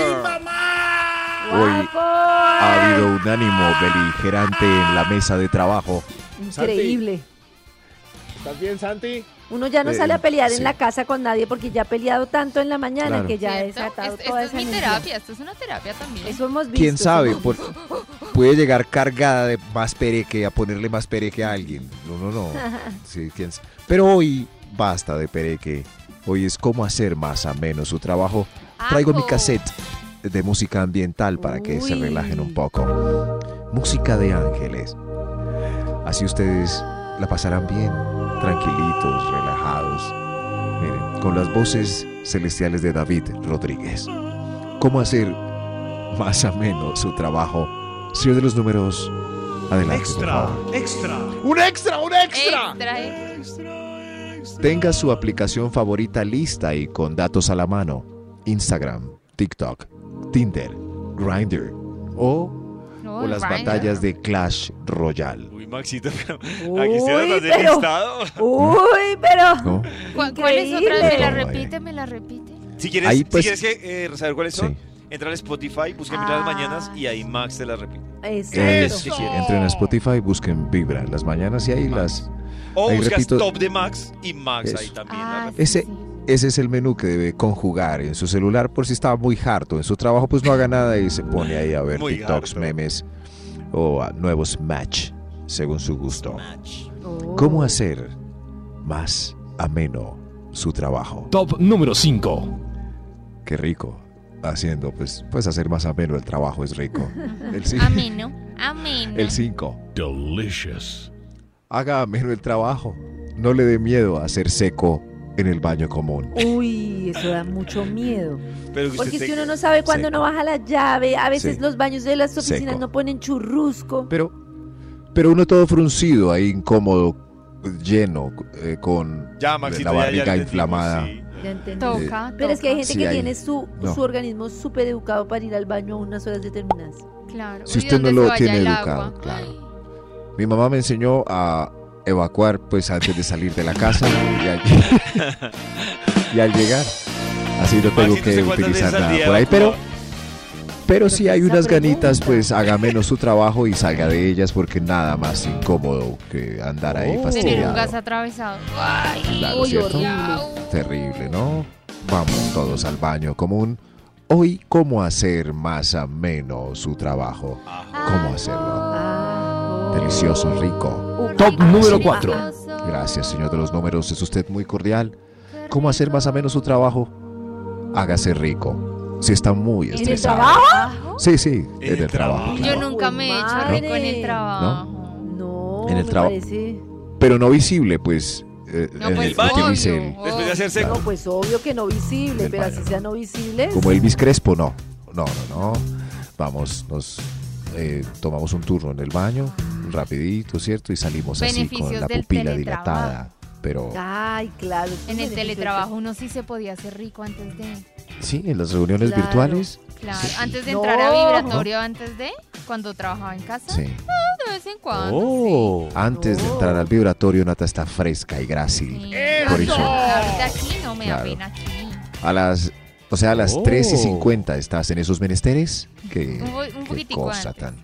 [SPEAKER 4] Hoy ha habido un ánimo beligerante en la mesa de trabajo.
[SPEAKER 3] Increíble.
[SPEAKER 7] ¿Estás bien, Santi?
[SPEAKER 3] Uno ya no
[SPEAKER 4] Eh,
[SPEAKER 3] sale a pelear
[SPEAKER 4] sí.
[SPEAKER 3] en la casa con nadie porque ya ha peleado tanto en la mañana
[SPEAKER 4] Claro.
[SPEAKER 3] que ya ha
[SPEAKER 5] ¿Cierto?
[SPEAKER 3] desatado
[SPEAKER 5] Es-
[SPEAKER 3] toda
[SPEAKER 5] esto es
[SPEAKER 3] esa
[SPEAKER 5] mi
[SPEAKER 3] energía.
[SPEAKER 5] terapia, esto es una terapia también.
[SPEAKER 3] Eso hemos visto.
[SPEAKER 4] ¿Quién
[SPEAKER 3] eso
[SPEAKER 4] sabe? Pues,
[SPEAKER 3] hemos
[SPEAKER 4] Por- puede llegar cargada de más pereque, a ponerle más pereque a alguien. No, no, no. Sí, quién sa- Pero hoy basta de pereque. Hoy es cómo hacer más ameno su trabajo. Traigo mi
[SPEAKER 3] Ah,
[SPEAKER 5] Ajo.
[SPEAKER 4] cassette de música ambiental para que se
[SPEAKER 3] Uy.
[SPEAKER 4] relajen un poco. Música de ángeles. Así ustedes la pasarán bien, tranquilitos, relajados. Miren, con las voces celestiales de David Rodríguez. ¿Cómo hacer más ameno su trabajo? Señor de los números, adelante. por favor.
[SPEAKER 7] ¡Un extra, un extra!
[SPEAKER 5] Extra, extra.
[SPEAKER 4] Tenga su aplicación favorita lista y con datos a la mano. Instagram, TikTok, Tinder, Grindr o,
[SPEAKER 5] No,
[SPEAKER 4] o las
[SPEAKER 5] Grindr.
[SPEAKER 4] batallas de Clash Royale.
[SPEAKER 2] Uy, Maxito, pero
[SPEAKER 3] visto.
[SPEAKER 2] aquí se
[SPEAKER 3] Uy,
[SPEAKER 2] trata de
[SPEAKER 3] pero,
[SPEAKER 2] listado.
[SPEAKER 3] uy, pero...
[SPEAKER 4] ¿No?
[SPEAKER 5] ¿Cuál, cuál es otra?
[SPEAKER 3] Increíble.
[SPEAKER 5] ¿Me la
[SPEAKER 4] Ay.
[SPEAKER 5] repite? ¿Me la repite?
[SPEAKER 2] Si quieres,
[SPEAKER 4] Ahí,
[SPEAKER 2] si
[SPEAKER 4] pues-
[SPEAKER 2] quieres que, eh, saber cuáles son,
[SPEAKER 4] Sí.
[SPEAKER 2] entra al Spotify, busca Vibra en las mañanas y ahí Max te las repite.
[SPEAKER 4] Es-
[SPEAKER 3] Exacto.
[SPEAKER 4] Eh, Entren a Spotify, busquen Vibra en las mañanas y ahí las...
[SPEAKER 2] O
[SPEAKER 4] Ahí
[SPEAKER 2] buscas
[SPEAKER 4] repito-
[SPEAKER 2] Top de Max y Max ahí
[SPEAKER 4] Eso.
[SPEAKER 2] también.
[SPEAKER 5] Ah,
[SPEAKER 2] la repite.
[SPEAKER 4] Ese,
[SPEAKER 5] sí.
[SPEAKER 4] ese es el menú que debe conjugar en su celular por si estaba muy harto en su trabajo, pues no haga nada y se pone ahí a ver
[SPEAKER 2] Muy
[SPEAKER 4] TikToks,
[SPEAKER 2] harto.
[SPEAKER 4] memes o a nuevos match según su gusto.
[SPEAKER 3] Oh.
[SPEAKER 4] ¿Cómo hacer más ameno su trabajo?
[SPEAKER 8] Top número 5.
[SPEAKER 4] Qué rico. Haciendo, pues, pues hacer más ameno el trabajo es rico. El sí-
[SPEAKER 5] Ameno, ameno.
[SPEAKER 4] El 5.
[SPEAKER 6] Delicious.
[SPEAKER 4] Haga ameno el trabajo. No le dé miedo a ser seco en el baño común.
[SPEAKER 3] Uy, eso da mucho miedo.
[SPEAKER 2] Pero que usted
[SPEAKER 3] Porque es que
[SPEAKER 2] tenga-
[SPEAKER 3] uno no sabe cuándo
[SPEAKER 4] Seco.
[SPEAKER 3] no baja la llave. A veces
[SPEAKER 4] Sí.
[SPEAKER 3] los baños de las oficinas
[SPEAKER 4] Seco.
[SPEAKER 3] no ponen churrusco.
[SPEAKER 4] Pero, pero uno todo fruncido, ahí incómodo, lleno, eh, con
[SPEAKER 2] Ya, Maxito,
[SPEAKER 4] la
[SPEAKER 2] ya- ya
[SPEAKER 4] barriga
[SPEAKER 2] entendimos,
[SPEAKER 4] inflamada.
[SPEAKER 2] sí.
[SPEAKER 3] Ya
[SPEAKER 4] eh,
[SPEAKER 3] entendí.
[SPEAKER 5] Toca,
[SPEAKER 3] Pero es que hay
[SPEAKER 5] toca,
[SPEAKER 3] gente
[SPEAKER 4] Sí,
[SPEAKER 3] que
[SPEAKER 4] ahí.
[SPEAKER 3] tiene su,
[SPEAKER 4] No.
[SPEAKER 3] su organismo súper educado para ir al baño a unas horas determinadas.
[SPEAKER 5] claro.
[SPEAKER 4] Si
[SPEAKER 5] ¿Y
[SPEAKER 4] usted no
[SPEAKER 5] dónde se
[SPEAKER 4] lo
[SPEAKER 5] vaya
[SPEAKER 4] tiene
[SPEAKER 5] el
[SPEAKER 4] educado,
[SPEAKER 5] agua?
[SPEAKER 4] claro. Mi mamá me enseñó a evacuar pues antes de salir de la casa y al, y al llegar. Así no tengo
[SPEAKER 2] Maxi, no sé
[SPEAKER 4] que
[SPEAKER 2] cuántas veces
[SPEAKER 4] utilizar
[SPEAKER 2] al
[SPEAKER 4] nada
[SPEAKER 2] día
[SPEAKER 4] por ahí. Pero,
[SPEAKER 2] evacúa.
[SPEAKER 4] pero si hay
[SPEAKER 3] esa
[SPEAKER 4] unas ganitas,
[SPEAKER 3] pregunta.
[SPEAKER 4] pues haga menos su trabajo y salga de ellas porque nada más incómodo que andar ahí
[SPEAKER 5] Tener un
[SPEAKER 4] fastidiado.
[SPEAKER 5] gas atravesado.
[SPEAKER 4] Claro,
[SPEAKER 3] Uy,
[SPEAKER 4] ¿cierto? Terrible, ¿no? Vamos todos al baño común. Hoy, ¿cómo hacer más ameno su trabajo? ¿Cómo hacerlo?
[SPEAKER 3] Ah,
[SPEAKER 4] Delicioso, rico.
[SPEAKER 8] Top número cuatro.
[SPEAKER 4] Gracias, señor de los números. Es usted muy cordial. ¿Cómo hacer más ameno su trabajo? Hágase rico. Si está muy
[SPEAKER 3] el
[SPEAKER 4] estresado.
[SPEAKER 3] trabajo?
[SPEAKER 4] Sí, sí, en el,
[SPEAKER 2] el
[SPEAKER 4] trabajo.
[SPEAKER 2] trabajo.
[SPEAKER 5] Yo
[SPEAKER 4] claro.
[SPEAKER 5] nunca me he hecho
[SPEAKER 3] Madre.
[SPEAKER 5] rico en el trabajo.
[SPEAKER 3] No,
[SPEAKER 4] En el
[SPEAKER 3] me
[SPEAKER 4] trabajo.
[SPEAKER 3] parece-
[SPEAKER 4] Pero no visible, pues. eh,
[SPEAKER 5] No,
[SPEAKER 4] en
[SPEAKER 5] pues,
[SPEAKER 4] el-
[SPEAKER 2] baño.
[SPEAKER 4] utilice el-
[SPEAKER 5] obvio.
[SPEAKER 2] Después de hacer seco.
[SPEAKER 4] Claro.
[SPEAKER 3] No, pues obvio que no visible,
[SPEAKER 4] Del
[SPEAKER 3] pero
[SPEAKER 4] baño,
[SPEAKER 3] así sea no visible.
[SPEAKER 4] Como Elvis Crespo, no. No, no, no. Vamos, nos eh, tomamos un turno en el baño, rapidito, ¿cierto? Y salimos así con
[SPEAKER 5] Beneficios
[SPEAKER 4] la
[SPEAKER 5] del
[SPEAKER 4] pupila
[SPEAKER 5] teletrabajo.
[SPEAKER 4] dilatada. Pero
[SPEAKER 3] Ay, claro. eso
[SPEAKER 5] En el
[SPEAKER 3] tiene que ser-
[SPEAKER 5] teletrabajo uno sí se podía hacer rico antes de...
[SPEAKER 4] sí, en las reuniones
[SPEAKER 3] Claro.
[SPEAKER 4] virtuales,
[SPEAKER 5] Claro,
[SPEAKER 4] Sí.
[SPEAKER 5] antes de
[SPEAKER 3] No.
[SPEAKER 5] entrar a vibratorio, antes de... Cuando trabajaba en casa,
[SPEAKER 4] sí. Oh.
[SPEAKER 5] de vez en cuando.
[SPEAKER 4] Antes de entrar al vibratorio, Nata está fresca y
[SPEAKER 5] sí.
[SPEAKER 4] grácil.
[SPEAKER 5] Sí.
[SPEAKER 4] Por eso.
[SPEAKER 5] Ahorita aquí no me da
[SPEAKER 4] Claro.
[SPEAKER 5] pena aquí.
[SPEAKER 4] A las, o sea, a las
[SPEAKER 6] Oh.
[SPEAKER 4] 3 y 50 estás en esos menesteres. Que,
[SPEAKER 5] Un po- un
[SPEAKER 4] qué
[SPEAKER 5] poquitico
[SPEAKER 4] cosa
[SPEAKER 5] antes.
[SPEAKER 4] tan,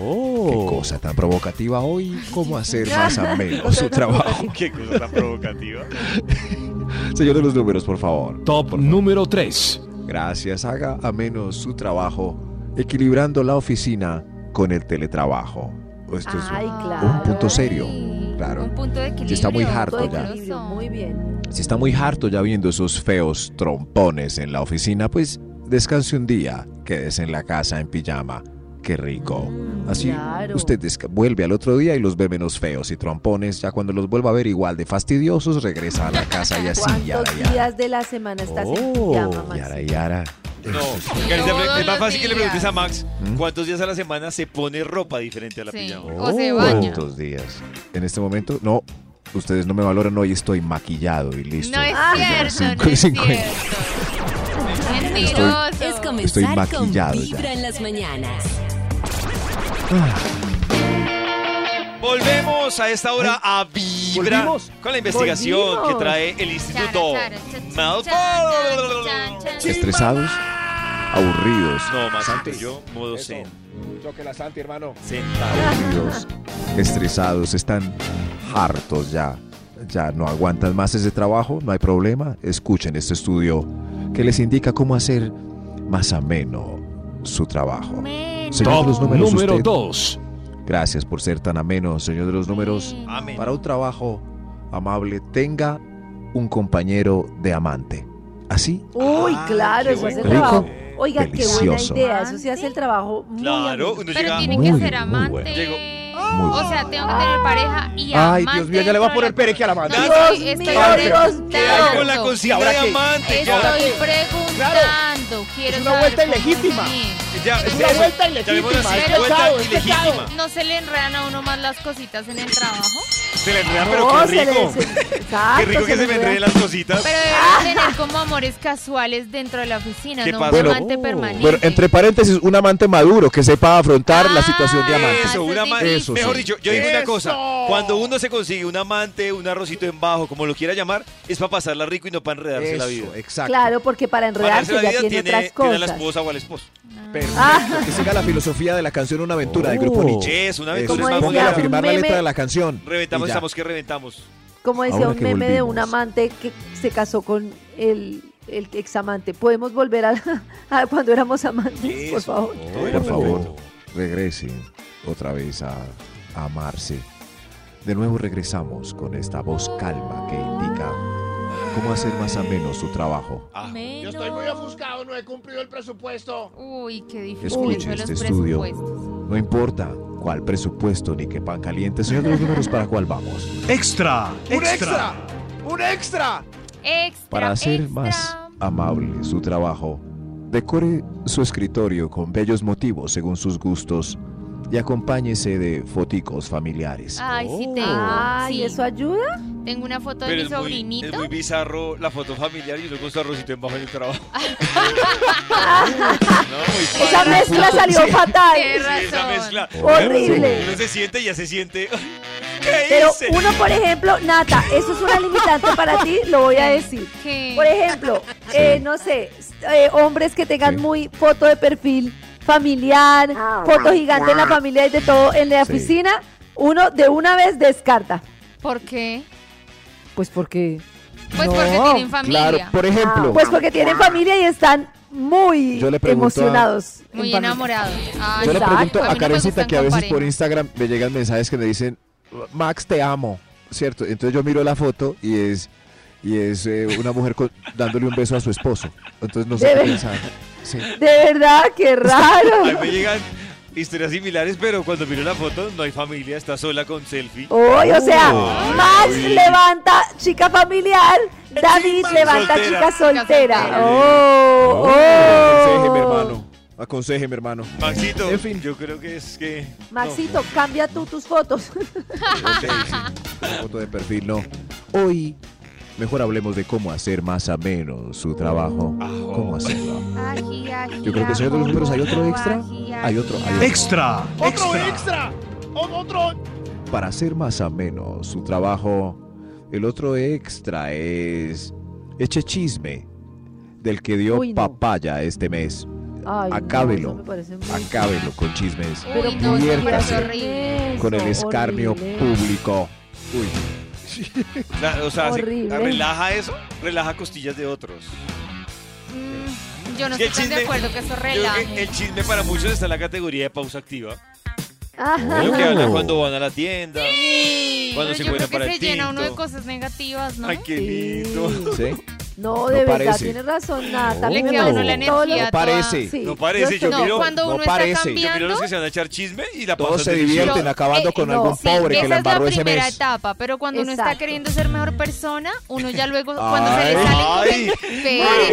[SPEAKER 6] Oh.
[SPEAKER 4] qué cosa tan provocativa hoy. ¿Cómo hacer más a
[SPEAKER 3] O
[SPEAKER 4] menos
[SPEAKER 3] sea,
[SPEAKER 4] su
[SPEAKER 3] no-
[SPEAKER 4] trabajo?
[SPEAKER 2] Qué cosa tan provocativa.
[SPEAKER 4] Señor de los números, por favor.
[SPEAKER 8] Top número 3.
[SPEAKER 4] Gracias, haga a menos su trabajo, equilibrando la oficina con el teletrabajo. Esto es,
[SPEAKER 3] Ay, claro.
[SPEAKER 4] un punto serio,
[SPEAKER 5] Ay,
[SPEAKER 4] claro.
[SPEAKER 5] Un punto de equilibrio.
[SPEAKER 4] Si está muy harto
[SPEAKER 3] Todo
[SPEAKER 4] ya.
[SPEAKER 3] equilibrio, Muy bien.
[SPEAKER 4] si está muy harto ya viendo esos feos trompones en la oficina, pues descanse un día, quédese en la casa en pijama. Qué rico.
[SPEAKER 3] Mm,
[SPEAKER 4] Así
[SPEAKER 3] claro.
[SPEAKER 4] usted desca- vuelve al otro día y los ve menos feos y trompones. Ya cuando los vuelva a ver igual de fastidiosos, regresa a la casa y así, yara,
[SPEAKER 3] ¿Cuántos
[SPEAKER 4] yara.
[SPEAKER 3] días de la semana estás en
[SPEAKER 6] Oh,
[SPEAKER 3] pijama, Maxi?
[SPEAKER 4] Yara, yara.
[SPEAKER 2] No,
[SPEAKER 5] Todos
[SPEAKER 2] es más
[SPEAKER 5] los
[SPEAKER 2] fácil que le preguntes a Max
[SPEAKER 4] ¿Mm?
[SPEAKER 2] cuántos días a la semana se pone ropa diferente a la
[SPEAKER 5] Sí.
[SPEAKER 2] pijama.
[SPEAKER 5] O se baña.
[SPEAKER 4] ¿Cuántos días? En este momento, no. Ustedes no me valoran hoy, estoy maquillado y listo.
[SPEAKER 5] No es
[SPEAKER 4] Ah,
[SPEAKER 5] cierto,
[SPEAKER 4] cinco
[SPEAKER 5] no
[SPEAKER 4] y
[SPEAKER 5] es
[SPEAKER 4] cincuenta.
[SPEAKER 5] cierto. Mentiroso.
[SPEAKER 1] Es
[SPEAKER 4] Estoy
[SPEAKER 1] comenzar con
[SPEAKER 4] maquillado ya.
[SPEAKER 1] Vibra en las mañanas.
[SPEAKER 2] Volvemos a esta hora a Vibra
[SPEAKER 6] ¿Volvimos?
[SPEAKER 2] con la investigación
[SPEAKER 3] Volvimos.
[SPEAKER 2] que trae el
[SPEAKER 5] Chara,
[SPEAKER 2] Instituto
[SPEAKER 5] chara, cha, cha, cha,
[SPEAKER 2] Malfoy.
[SPEAKER 5] cha, cha.
[SPEAKER 4] Estresados, aburridos,
[SPEAKER 2] No, Max,
[SPEAKER 4] Santi.
[SPEAKER 2] yo modo
[SPEAKER 4] Eso.
[SPEAKER 2] zen,
[SPEAKER 4] Choque la Santi, hermano.
[SPEAKER 2] sentado.
[SPEAKER 4] Aburridos, estresados, están hartos ya. Ya no aguantan más ese trabajo, no hay problema. Escuchen este estudio que les indica cómo hacer más ameno su trabajo.
[SPEAKER 5] Menos.
[SPEAKER 4] Señor de los números,
[SPEAKER 8] Número
[SPEAKER 4] usted.
[SPEAKER 8] 2.
[SPEAKER 4] Gracias por ser tan ameno, señor de los números.
[SPEAKER 2] Amén.
[SPEAKER 4] Para un trabajo amable, tenga un compañero de amante. Así,
[SPEAKER 3] Uy, claro,
[SPEAKER 2] qué
[SPEAKER 3] eso hace el
[SPEAKER 4] Ah, rico.
[SPEAKER 3] trabajo. Oiga, qué buena
[SPEAKER 4] Delicioso.
[SPEAKER 3] idea. Eso sí hace el trabajo muy
[SPEAKER 2] Claro,
[SPEAKER 3] ameno.
[SPEAKER 2] uno
[SPEAKER 5] Pero
[SPEAKER 2] llega
[SPEAKER 5] tiene
[SPEAKER 4] Muy,
[SPEAKER 5] que ser
[SPEAKER 4] muy
[SPEAKER 5] amante.
[SPEAKER 4] bueno.
[SPEAKER 2] Llegó.
[SPEAKER 5] O sea, tengo que tener pareja y
[SPEAKER 6] Ay,
[SPEAKER 5] amante.
[SPEAKER 6] Dios mío, ya le voy a
[SPEAKER 5] dentro de
[SPEAKER 6] poner pereque a la
[SPEAKER 5] la-
[SPEAKER 6] mano.
[SPEAKER 2] Dios
[SPEAKER 5] No,
[SPEAKER 3] mío,
[SPEAKER 5] estoy, estoy
[SPEAKER 3] Dios mío.
[SPEAKER 5] preguntando.
[SPEAKER 2] con la consigna
[SPEAKER 6] ¿Ahora
[SPEAKER 2] de
[SPEAKER 6] qué?
[SPEAKER 2] amante. ya.
[SPEAKER 5] Estoy preguntando. Quiero
[SPEAKER 6] Es una
[SPEAKER 5] saber
[SPEAKER 6] vuelta
[SPEAKER 5] cómo
[SPEAKER 6] ilegítima.
[SPEAKER 5] es.
[SPEAKER 2] Ya,
[SPEAKER 6] Es
[SPEAKER 2] es
[SPEAKER 6] una
[SPEAKER 2] eso.
[SPEAKER 6] vuelta
[SPEAKER 2] Llamémoslo
[SPEAKER 6] ilegítima.
[SPEAKER 2] así,
[SPEAKER 6] es
[SPEAKER 5] Pero
[SPEAKER 2] vuelta
[SPEAKER 6] pecado, es pecado.
[SPEAKER 2] ilegítima.
[SPEAKER 5] ¿No se le enredan a uno más las cositas en el trabajo?
[SPEAKER 2] Se le enreda, pero
[SPEAKER 3] No,
[SPEAKER 2] qué
[SPEAKER 3] se
[SPEAKER 2] rico.
[SPEAKER 3] le- se- exacto,
[SPEAKER 2] Qué rico
[SPEAKER 3] se
[SPEAKER 2] que se me
[SPEAKER 3] le
[SPEAKER 2] enreden las cositas.
[SPEAKER 5] Pero
[SPEAKER 3] Ah.
[SPEAKER 5] debemos tener como amores casuales dentro de la oficina,
[SPEAKER 2] ¿Qué
[SPEAKER 5] no
[SPEAKER 2] pasa?
[SPEAKER 5] un
[SPEAKER 4] Bueno,
[SPEAKER 5] amante permanente.
[SPEAKER 4] Pero entre paréntesis, un amante maduro que sepa afrontar la situación de
[SPEAKER 5] Ah,
[SPEAKER 4] amante.
[SPEAKER 5] eso
[SPEAKER 2] Eso, un
[SPEAKER 5] es
[SPEAKER 2] amante.
[SPEAKER 5] difícil.
[SPEAKER 2] Mejor
[SPEAKER 4] sí.
[SPEAKER 2] dicho, yo digo una
[SPEAKER 6] Eso.
[SPEAKER 2] cosa. Cuando uno se consigue un amante, un arrocito en bajo, como lo quiera llamar, es para pasarla rico y no para enredarse la vida.
[SPEAKER 4] Eso, eh. exacto.
[SPEAKER 3] Claro, porque para
[SPEAKER 2] Para darse
[SPEAKER 3] enredarse
[SPEAKER 2] la
[SPEAKER 3] ya
[SPEAKER 2] vida
[SPEAKER 3] tiene,
[SPEAKER 2] tiene,
[SPEAKER 3] otras
[SPEAKER 2] tiene a la
[SPEAKER 3] cosas.
[SPEAKER 2] esposa o al esposo.
[SPEAKER 4] Perfecto.
[SPEAKER 3] Ah.
[SPEAKER 4] Que siga la filosofía de la canción Una aventura del
[SPEAKER 6] Oh.
[SPEAKER 4] grupo Nietzsche.
[SPEAKER 2] Che, es una
[SPEAKER 4] Eso,
[SPEAKER 2] aventura
[SPEAKER 3] Como
[SPEAKER 2] es más
[SPEAKER 3] decía
[SPEAKER 4] póngale a
[SPEAKER 2] bonita.
[SPEAKER 3] un
[SPEAKER 4] firmar la
[SPEAKER 3] meme-
[SPEAKER 4] letra de la canción.
[SPEAKER 2] Reventamos,
[SPEAKER 4] Y ya.
[SPEAKER 2] estamos que reventamos.
[SPEAKER 3] Como decía
[SPEAKER 4] Ahora
[SPEAKER 3] un
[SPEAKER 4] que
[SPEAKER 3] meme de un
[SPEAKER 4] volvimos.
[SPEAKER 3] amante que se casó con el, el examante. ¿Podemos volver a, la- a cuando éramos amantes, por
[SPEAKER 2] Eso.
[SPEAKER 3] favor?
[SPEAKER 4] Por favor, regresen otra vez a, a amarse. De nuevo regresamos con esta voz calma que indica cómo hacer más ameno su trabajo.
[SPEAKER 2] Ah,
[SPEAKER 7] Yo estoy muy ofuscado, no he cumplido el presupuesto.
[SPEAKER 5] Uy, qué difícil.
[SPEAKER 4] Escuche
[SPEAKER 5] fue
[SPEAKER 4] este
[SPEAKER 5] los
[SPEAKER 4] estudio.
[SPEAKER 5] presupuestos.
[SPEAKER 4] No importa cuál presupuesto ni qué pan caliente. Señor de los números, ¿para cuál vamos?
[SPEAKER 6] Extra,
[SPEAKER 7] ¡Un extra! ¡Un extra!
[SPEAKER 5] Extra,
[SPEAKER 4] Para hacer
[SPEAKER 5] extra.
[SPEAKER 4] más amable su trabajo, decore su escritorio con bellos motivos según sus gustos y acompáñese de foticos familiares.
[SPEAKER 5] Ay, sí tengo.
[SPEAKER 3] Ay,
[SPEAKER 5] sí.
[SPEAKER 3] ¿eso ayuda?
[SPEAKER 5] Tengo una foto de
[SPEAKER 2] pero
[SPEAKER 5] mi
[SPEAKER 2] es muy,
[SPEAKER 5] sobrinito.
[SPEAKER 2] es muy bizarro la foto familiar y uno con su arrocito en bajo en el trabajo. no, muy
[SPEAKER 3] Esa
[SPEAKER 2] padre.
[SPEAKER 3] mezcla salió
[SPEAKER 5] Qué
[SPEAKER 3] fatal.
[SPEAKER 5] raro.
[SPEAKER 2] Sí, esa mezcla.
[SPEAKER 3] Horrible.
[SPEAKER 2] Uno se siente y ya se siente. ¿Qué
[SPEAKER 3] Pero
[SPEAKER 2] hice?
[SPEAKER 3] uno, por ejemplo, Nata, eso es una limitante para ti, lo voy a decir.
[SPEAKER 5] ¿Qué?
[SPEAKER 3] Por ejemplo, eh, no sé, eh, hombres que tengan
[SPEAKER 4] Sí.
[SPEAKER 3] muy foto de perfil familiar, foto gigante en la familia y de todo en la
[SPEAKER 4] Sí.
[SPEAKER 3] oficina, uno de una vez descarta.
[SPEAKER 5] ¿Por qué?
[SPEAKER 3] Pues porque...
[SPEAKER 5] Pues
[SPEAKER 3] No,
[SPEAKER 5] porque tienen familia.
[SPEAKER 4] Claro, por ejemplo,
[SPEAKER 3] Pues porque tienen familia y están muy
[SPEAKER 4] Yo le pregunto a-
[SPEAKER 3] emocionados. en
[SPEAKER 5] Muy
[SPEAKER 3] familia.
[SPEAKER 5] enamorados. Ay,
[SPEAKER 4] yo le
[SPEAKER 3] Exacto.
[SPEAKER 4] pregunto
[SPEAKER 5] A mí
[SPEAKER 4] a
[SPEAKER 5] no me
[SPEAKER 4] Karencita
[SPEAKER 5] gustan
[SPEAKER 4] que a
[SPEAKER 5] con
[SPEAKER 4] veces por
[SPEAKER 5] pareja.
[SPEAKER 4] Instagram me llegan mensajes que me dicen, Max, te amo, ¿cierto? Entonces yo miro la foto y es, y es eh, una mujer con- dándole un beso a su esposo. Entonces no sé
[SPEAKER 3] Debe.
[SPEAKER 4] qué pensar. Sí.
[SPEAKER 3] De verdad, qué
[SPEAKER 2] A mí
[SPEAKER 3] raro.
[SPEAKER 2] me llegan historias similares, pero cuando miro la foto no hay familia, está sola con selfie.
[SPEAKER 3] Hoy, o sea,
[SPEAKER 2] Uy.
[SPEAKER 3] Max levanta chica familiar, David
[SPEAKER 2] Max
[SPEAKER 3] levanta
[SPEAKER 2] soltera.
[SPEAKER 3] chica soltera.
[SPEAKER 5] soltera.
[SPEAKER 3] Oh, oh.
[SPEAKER 4] Aconsejeme, hermano. Aconsejeme, hermano.
[SPEAKER 2] Maxito,
[SPEAKER 4] En fin.
[SPEAKER 2] yo creo que es que... no.
[SPEAKER 3] Maxito, cambia tú tus fotos.
[SPEAKER 4] Una foto de perfil, no. Hoy, mejor hablemos de cómo hacer más ameno su trabajo. ¿Cómo hacerlo?
[SPEAKER 5] Ají, ají,
[SPEAKER 4] Yo creo que, señor de los números, ¿hay otro
[SPEAKER 5] ajo,
[SPEAKER 4] extra?
[SPEAKER 5] ají,
[SPEAKER 4] Hay otro, hay
[SPEAKER 5] ají,
[SPEAKER 4] otro.
[SPEAKER 6] Extra,
[SPEAKER 7] ¡Otro extra! O- ¡Otro!
[SPEAKER 4] Para hacer más ameno su trabajo, el otro extra es. Eche chisme del que dio
[SPEAKER 3] Uy, no.
[SPEAKER 4] papaya este mes.
[SPEAKER 3] Ay, no,
[SPEAKER 4] Acábelo.
[SPEAKER 3] eso me parece muy-
[SPEAKER 4] Acábelo con chismes.
[SPEAKER 5] Uy,
[SPEAKER 3] Pero
[SPEAKER 5] no, eso me parece
[SPEAKER 4] Diviértase
[SPEAKER 5] horrible.
[SPEAKER 4] con el escarnio
[SPEAKER 3] horrible.
[SPEAKER 4] público. Uy.
[SPEAKER 2] O sea, o sea, se-
[SPEAKER 3] Horrible.
[SPEAKER 2] relaja eso, relaja costillas de otros.
[SPEAKER 5] Mm, yo no
[SPEAKER 2] Es que
[SPEAKER 5] estoy tan
[SPEAKER 2] el
[SPEAKER 5] de
[SPEAKER 2] chisme-
[SPEAKER 5] acuerdo que eso
[SPEAKER 2] Yo creo que
[SPEAKER 5] relaje.
[SPEAKER 2] el chisme para muchos está en la categoría de pausa activa.
[SPEAKER 3] Ajá.
[SPEAKER 2] Es lo que hablan cuando van a la tienda. Cuando
[SPEAKER 5] Pero
[SPEAKER 2] se
[SPEAKER 5] yo creo
[SPEAKER 2] encuentran
[SPEAKER 5] que
[SPEAKER 2] para
[SPEAKER 5] se
[SPEAKER 2] el
[SPEAKER 5] llena uno de
[SPEAKER 2] tinto.
[SPEAKER 5] cosas negativas, ¿no?
[SPEAKER 2] Ay, qué lindo.
[SPEAKER 4] ¿Sí?
[SPEAKER 3] No, de
[SPEAKER 4] No
[SPEAKER 3] verdad,
[SPEAKER 4] parece.
[SPEAKER 3] tienes razón, Nata.
[SPEAKER 5] Le
[SPEAKER 3] me
[SPEAKER 5] queda uno
[SPEAKER 3] parece
[SPEAKER 5] la
[SPEAKER 3] que todo lo-
[SPEAKER 5] energía.
[SPEAKER 4] No parece.
[SPEAKER 3] Sí,
[SPEAKER 2] No parece, yo
[SPEAKER 3] estoy-
[SPEAKER 5] No,
[SPEAKER 2] miro-
[SPEAKER 5] cuando
[SPEAKER 4] no
[SPEAKER 5] uno está
[SPEAKER 4] parece. Yo
[SPEAKER 2] Yo miro
[SPEAKER 5] cambiando.
[SPEAKER 2] los que se van a echar chisme y la
[SPEAKER 4] Todos
[SPEAKER 2] pausa
[SPEAKER 4] se divierten
[SPEAKER 5] Yo-
[SPEAKER 4] acabando
[SPEAKER 5] eh,
[SPEAKER 4] con
[SPEAKER 3] no,
[SPEAKER 4] algún
[SPEAKER 3] sí,
[SPEAKER 4] pobre que
[SPEAKER 5] esa
[SPEAKER 4] la
[SPEAKER 5] es la
[SPEAKER 4] embarró ese
[SPEAKER 5] primera
[SPEAKER 4] mes.
[SPEAKER 5] etapa, pero cuando uno está
[SPEAKER 3] Exacto.
[SPEAKER 5] queriendo ser mejor persona, uno ya luego, cuando se le
[SPEAKER 4] Ay.
[SPEAKER 5] salen
[SPEAKER 2] Ay.
[SPEAKER 5] comentarios,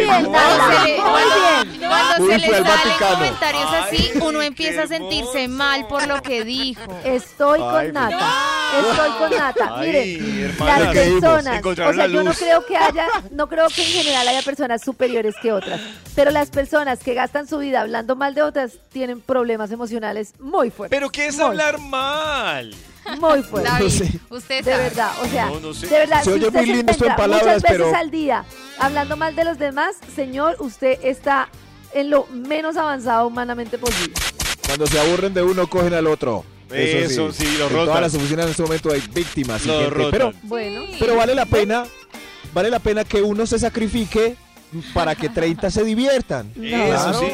[SPEAKER 2] Muy bien,
[SPEAKER 5] cuando
[SPEAKER 3] Nata,
[SPEAKER 5] se le,
[SPEAKER 3] muy
[SPEAKER 5] cuando-
[SPEAKER 3] bien.
[SPEAKER 5] cuando
[SPEAKER 4] Uy,
[SPEAKER 5] se le
[SPEAKER 4] fue al
[SPEAKER 5] salen
[SPEAKER 4] Vaticano.
[SPEAKER 5] comentarios así,
[SPEAKER 2] Ay,
[SPEAKER 5] uno
[SPEAKER 2] qué
[SPEAKER 5] empieza a sentirse
[SPEAKER 2] hermoso.
[SPEAKER 5] mal por lo que dijo.
[SPEAKER 3] Estoy con
[SPEAKER 4] Ay,
[SPEAKER 3] Nata. Estoy con Nata. Miren,
[SPEAKER 2] Ay,
[SPEAKER 3] las
[SPEAKER 2] hermanas.
[SPEAKER 4] creímos,
[SPEAKER 3] personas, o
[SPEAKER 2] encontraron
[SPEAKER 3] sea,
[SPEAKER 2] la
[SPEAKER 3] yo no
[SPEAKER 2] luz.
[SPEAKER 3] creo que haya, no creo que en general haya personas superiores que otras, pero las personas que gastan su vida hablando mal de otras tienen problemas emocionales muy fuertes,
[SPEAKER 2] Pero ¿qué es
[SPEAKER 3] Muy.
[SPEAKER 2] hablar mal?
[SPEAKER 3] muy fuertes.
[SPEAKER 5] David,
[SPEAKER 4] sé.
[SPEAKER 5] usted
[SPEAKER 3] De
[SPEAKER 5] sabe.
[SPEAKER 3] verdad, o sea,
[SPEAKER 2] No, no sé.
[SPEAKER 3] de verdad,
[SPEAKER 4] Se
[SPEAKER 3] si
[SPEAKER 4] oye
[SPEAKER 3] usted
[SPEAKER 4] muy
[SPEAKER 3] se
[SPEAKER 4] lindo esto en
[SPEAKER 3] encuentra
[SPEAKER 4] palabras,
[SPEAKER 3] muchas veces
[SPEAKER 4] pero-
[SPEAKER 3] al día hablando mal de los demás, señor, usted está en lo menos avanzado humanamente posible.
[SPEAKER 4] Cuando se aburren de uno, cogen al otro.
[SPEAKER 2] Eso sí, lo
[SPEAKER 4] en
[SPEAKER 2] rotan.
[SPEAKER 4] todas las oficinas en este momento hay víctimas. y
[SPEAKER 2] Lo
[SPEAKER 4] gente-
[SPEAKER 2] rotan.
[SPEAKER 4] pero,
[SPEAKER 3] Bueno,
[SPEAKER 4] pero vale la pena, vale la pena que uno se sacrifique para que 30 se diviertan.
[SPEAKER 2] Eso sí.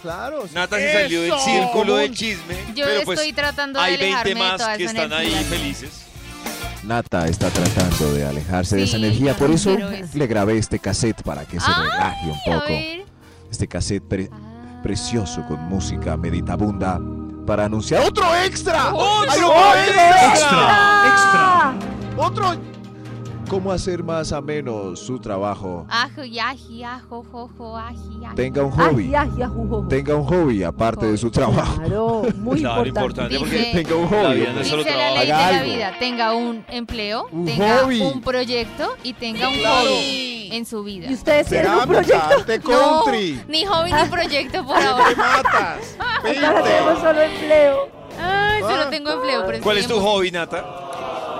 [SPEAKER 4] Claro. sí.
[SPEAKER 2] Nata se salió del
[SPEAKER 7] Eso.
[SPEAKER 2] círculo del chisme.
[SPEAKER 5] Yo
[SPEAKER 2] pero pues
[SPEAKER 5] estoy tratando de
[SPEAKER 2] hay
[SPEAKER 5] alejarme
[SPEAKER 2] 20
[SPEAKER 5] de toda
[SPEAKER 2] más que
[SPEAKER 5] esa
[SPEAKER 2] están
[SPEAKER 5] energía.
[SPEAKER 2] ahí felices.
[SPEAKER 4] Nata está tratando de alejarse de esa
[SPEAKER 5] Sí,
[SPEAKER 4] energía,
[SPEAKER 5] yo
[SPEAKER 4] por
[SPEAKER 5] no
[SPEAKER 4] eso
[SPEAKER 5] quiero eso.
[SPEAKER 4] le grabé este cassette para que se
[SPEAKER 5] Ay,
[SPEAKER 4] relaje un
[SPEAKER 5] A
[SPEAKER 4] poco.
[SPEAKER 5] ver. Ah.
[SPEAKER 4] Este cassette pre- precioso con música meditabunda para anunciar otro extra. ¡Hay otro extra!
[SPEAKER 6] Extra,
[SPEAKER 4] Otro. ¿Cómo hacer más ameno su trabajo?
[SPEAKER 5] Ajo y ají, ajo, jojo, ají, ají.
[SPEAKER 4] Tenga un
[SPEAKER 3] ay,
[SPEAKER 4] hobby.
[SPEAKER 3] ay, ay, ujú.
[SPEAKER 4] Tenga un hobby aparte de su trabajo.
[SPEAKER 3] Claro, muy
[SPEAKER 2] Claro,
[SPEAKER 3] importante.
[SPEAKER 2] importante, porque
[SPEAKER 5] Dice-
[SPEAKER 4] Tenga un
[SPEAKER 2] la vida no es
[SPEAKER 4] hobby.
[SPEAKER 2] solo
[SPEAKER 5] Dice la
[SPEAKER 2] trabajo.
[SPEAKER 5] ley de
[SPEAKER 4] Haga
[SPEAKER 5] la
[SPEAKER 4] algo.
[SPEAKER 5] vida, tenga un empleo,
[SPEAKER 4] Un
[SPEAKER 5] tenga
[SPEAKER 4] hobby.
[SPEAKER 5] un proyecto y tenga un hobby en su vida.
[SPEAKER 3] ¿Y ustedes tienen
[SPEAKER 7] Será
[SPEAKER 3] un proyecto?
[SPEAKER 7] Mutante
[SPEAKER 5] No,
[SPEAKER 7] Country.
[SPEAKER 5] ni hobby ni proyecto por ahora.
[SPEAKER 7] matas.
[SPEAKER 3] Ahora tenemos solo empleo.
[SPEAKER 5] Ay, solo tengo empleo. pero
[SPEAKER 2] ¿Cuál es
[SPEAKER 5] estoy
[SPEAKER 2] tu
[SPEAKER 5] en-
[SPEAKER 2] hobby, Nata?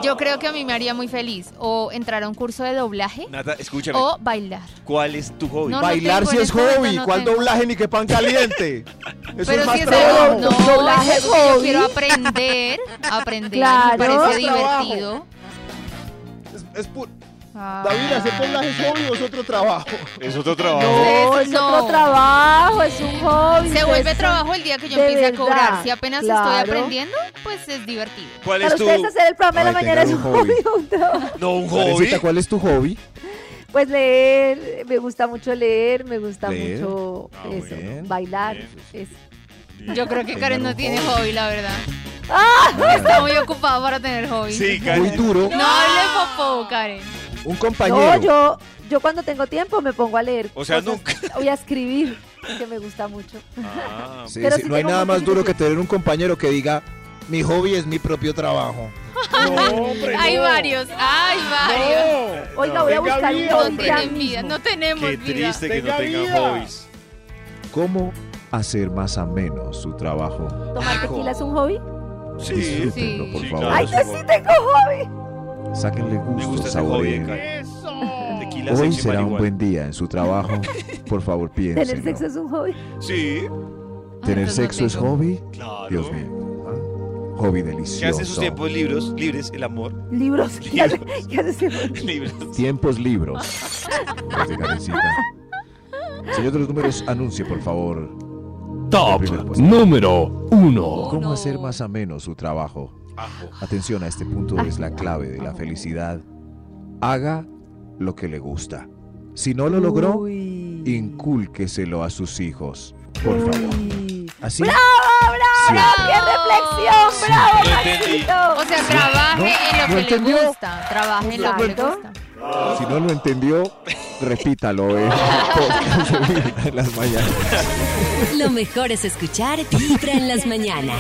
[SPEAKER 5] Yo creo que a mí me haría muy feliz o entrar a un curso de doblaje
[SPEAKER 2] Nata, escúchame.
[SPEAKER 5] o bailar.
[SPEAKER 2] ¿Cuál es tu hobby?
[SPEAKER 5] No, no
[SPEAKER 4] Bailar
[SPEAKER 5] tengo,
[SPEAKER 4] si
[SPEAKER 5] en
[SPEAKER 4] es
[SPEAKER 5] este momento
[SPEAKER 4] hobby.
[SPEAKER 5] no
[SPEAKER 4] ¿Cuál
[SPEAKER 5] tengo.
[SPEAKER 4] doblaje ni qué pan caliente? Eso
[SPEAKER 5] Pero
[SPEAKER 4] es más
[SPEAKER 5] si es
[SPEAKER 4] trabajo.
[SPEAKER 5] algo, no, es
[SPEAKER 3] Doblaje
[SPEAKER 5] algo que yo
[SPEAKER 3] hobby.
[SPEAKER 5] quiero aprender, aprender,
[SPEAKER 3] Claro. Más
[SPEAKER 5] me parece
[SPEAKER 7] trabajo.
[SPEAKER 5] divertido.
[SPEAKER 4] Es- es pu-
[SPEAKER 5] Ah.
[SPEAKER 4] David, hacer doblaje es hobby o es otro trabajo.
[SPEAKER 2] Es otro trabajo.
[SPEAKER 3] No,
[SPEAKER 5] Ustedes
[SPEAKER 3] es
[SPEAKER 5] no.
[SPEAKER 3] otro trabajo, es un hobby. pues,
[SPEAKER 5] Se
[SPEAKER 3] ustedes
[SPEAKER 5] vuelve
[SPEAKER 3] son-
[SPEAKER 5] trabajo el día que yo
[SPEAKER 3] de
[SPEAKER 5] empiece a
[SPEAKER 3] verdad,
[SPEAKER 5] cobrar. Si apenas estoy
[SPEAKER 3] claro.
[SPEAKER 5] aprendiendo, pues es divertido.
[SPEAKER 2] ¿Cuál
[SPEAKER 3] Para
[SPEAKER 2] es tu...?
[SPEAKER 3] ustedes hacer el programa de la
[SPEAKER 4] Ay,
[SPEAKER 3] mañana es
[SPEAKER 4] tengan
[SPEAKER 3] un
[SPEAKER 4] un hobby.
[SPEAKER 3] hobby. un trabajo.
[SPEAKER 2] No, un hobby.
[SPEAKER 4] Karencita, ¿cuál es tu hobby?
[SPEAKER 3] Pues leer, me gusta mucho leer, me gusta
[SPEAKER 4] Leer.
[SPEAKER 3] mucho
[SPEAKER 2] Ah,
[SPEAKER 3] eso,
[SPEAKER 4] bien,
[SPEAKER 3] bailar.
[SPEAKER 2] bien.
[SPEAKER 3] eso.
[SPEAKER 5] Yo creo que Karen no
[SPEAKER 4] un
[SPEAKER 5] tiene
[SPEAKER 4] hobby.
[SPEAKER 5] hobby, la verdad.
[SPEAKER 3] Ah.
[SPEAKER 5] Está muy ocupada para tener hobby.
[SPEAKER 2] Sí,
[SPEAKER 4] Muy
[SPEAKER 2] Karen.
[SPEAKER 4] duro.
[SPEAKER 5] No hable popó, Karen.
[SPEAKER 4] Un
[SPEAKER 3] No,
[SPEAKER 4] compañero.
[SPEAKER 3] yo, yo cuando tengo tiempo me pongo a leer.
[SPEAKER 2] O sea,
[SPEAKER 3] cosas-
[SPEAKER 2] nunca.
[SPEAKER 3] Voy a escribir, que me gusta mucho.
[SPEAKER 2] Ah,
[SPEAKER 4] Sí,
[SPEAKER 3] Pero
[SPEAKER 4] sí,
[SPEAKER 3] sí
[SPEAKER 4] no hay
[SPEAKER 3] tengo
[SPEAKER 4] nada
[SPEAKER 3] muchos
[SPEAKER 4] más duro que
[SPEAKER 3] límites.
[SPEAKER 4] tener un compañero que diga, mi hobby es mi propio trabajo.
[SPEAKER 5] Hay varios, hay varios.
[SPEAKER 3] Oiga, voy a buscar un
[SPEAKER 5] No,
[SPEAKER 3] hobby ya
[SPEAKER 5] tienen vida,
[SPEAKER 3] mismo.
[SPEAKER 5] no tenemos
[SPEAKER 2] qué
[SPEAKER 5] vida.
[SPEAKER 2] triste que no tengan hobbies.
[SPEAKER 4] ¿Cómo hacer más ameno su trabajo?
[SPEAKER 3] ¿Tomar tequila es un hobby?
[SPEAKER 2] Sí,
[SPEAKER 4] Disfrútenlo, por
[SPEAKER 2] Sí,
[SPEAKER 4] favor.
[SPEAKER 2] claro.
[SPEAKER 3] ¡Ay, yo sí tengo hobby!
[SPEAKER 4] Sáquenle
[SPEAKER 2] me
[SPEAKER 4] gusto,
[SPEAKER 2] gusta ese hobby de
[SPEAKER 4] saboreen.
[SPEAKER 2] Karen. Tequila,
[SPEAKER 4] Hoy
[SPEAKER 2] sexo y
[SPEAKER 4] será un
[SPEAKER 2] marihuana.
[SPEAKER 4] buen día en su trabajo. Por favor, piénsenlo.
[SPEAKER 3] ¿Tener sexo es un hobby?
[SPEAKER 2] Sí,
[SPEAKER 4] ¿Tener
[SPEAKER 5] Entonces no
[SPEAKER 4] sexo es
[SPEAKER 5] tengo.
[SPEAKER 4] hobby?
[SPEAKER 2] claro.
[SPEAKER 4] Dios mío. ¿ah? Hobby
[SPEAKER 2] ¿Qué hace en sus
[SPEAKER 4] delicioso.
[SPEAKER 2] tiempos libros, libres? El amor.
[SPEAKER 3] ¿Libros? ¿Qué hace- ¿Qué haces?
[SPEAKER 2] Libros.
[SPEAKER 4] Tiempos libros. Los de Karencita. Señor de los números, anuncie, por favor.
[SPEAKER 8] Top
[SPEAKER 4] Primer puesto.
[SPEAKER 8] número 1.
[SPEAKER 4] ¿Cómo hacer más ameno su trabajo? Atención, a este punto es la clave de la felicidad. Haga lo que le gusta. Si no lo logró, incúlqueselo a sus hijos. Por favor. Así. siempre.
[SPEAKER 3] ¡Qué reflexión! ¡Bravo,
[SPEAKER 2] Yo entendí.
[SPEAKER 5] O
[SPEAKER 3] Maxito!
[SPEAKER 5] sea, trabaje en
[SPEAKER 4] ¿No
[SPEAKER 5] lo que le
[SPEAKER 4] entendió?
[SPEAKER 5] gusta. Trabaje en lo que le
[SPEAKER 3] Exacto.
[SPEAKER 5] gusta.
[SPEAKER 4] Si no lo entendió, repítalo eh. en el podcast de Vibra en las mañanas.
[SPEAKER 1] Lo mejor es escuchar Vibra en las mañanas.